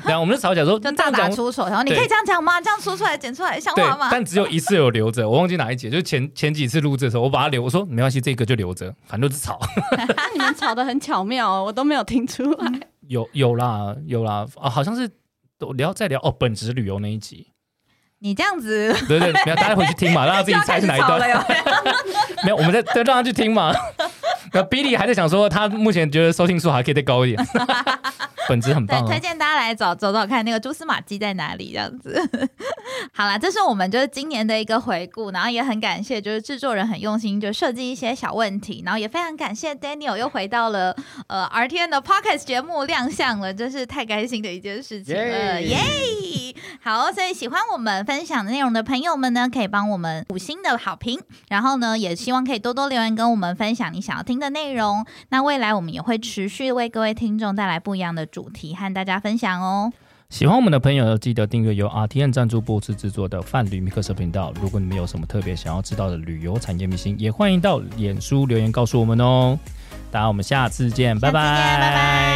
C: 然后我们就吵起来
B: 就
C: 说，这
B: 大
C: 样
B: 打
C: 讲
B: 出手，然后你
C: 对
B: 可以这样讲吗？这样说出来剪出来像
C: 对
B: 话吗，？
C: 但只有一次有留着，我忘记哪一节，就是前前几次录制的时候，我把它留，我说没关系，这个就留着，反正就是吵。
E: (laughs) 你们吵得很巧妙哦，我都没有听出来。
C: 有有啦有啦啊，好像是都聊在聊哦，本职旅游那一集，
B: 你这样子
C: 对对，没有，大家回去听
B: (laughs)
C: 嘛，让他自
B: 就
C: 己
B: 要
C: 猜
B: 开
C: 是
B: 始
C: 哪一
B: 吵
C: 段
B: 了。哟。
C: 没有，我们在再让他去听
B: (laughs)
C: 嘛。那 Billy 还在想说，他目前觉得收听数还可以再高
B: (laughs)
C: 一点，本质很
B: 对
C: 棒，哦
B: 推。荐大家来找找找看那个蛛丝马迹在哪里，这样子。 (laughs) 好啦，这是我们就是今年的一个回顾，然后也很感谢就是制作人很用心，就设计一些小问题，然后也非常感谢 Daniel 又回到了呃 RTN 的 Podcast 节目亮相了，真是太开心的一件事情了，耶
D: 耶
B: 好，所以喜欢我们分享内容的朋友们呢，可以帮我们五星的好评，然后呢，也希望可以多多留言跟我们分享你想要听的内容。那未来我们也会持续为各位听众带来不一样的主题和大家分享哦。
C: 喜欢我们的朋友，记得订阅由 RTN 赞助播出制作的泛旅米克社频道。如果你们有什么特别想要知道的旅游产业明星，也欢迎到脸书留言告诉我们哦。大家，我们下
B: 下
C: 次见，
B: 次见拜拜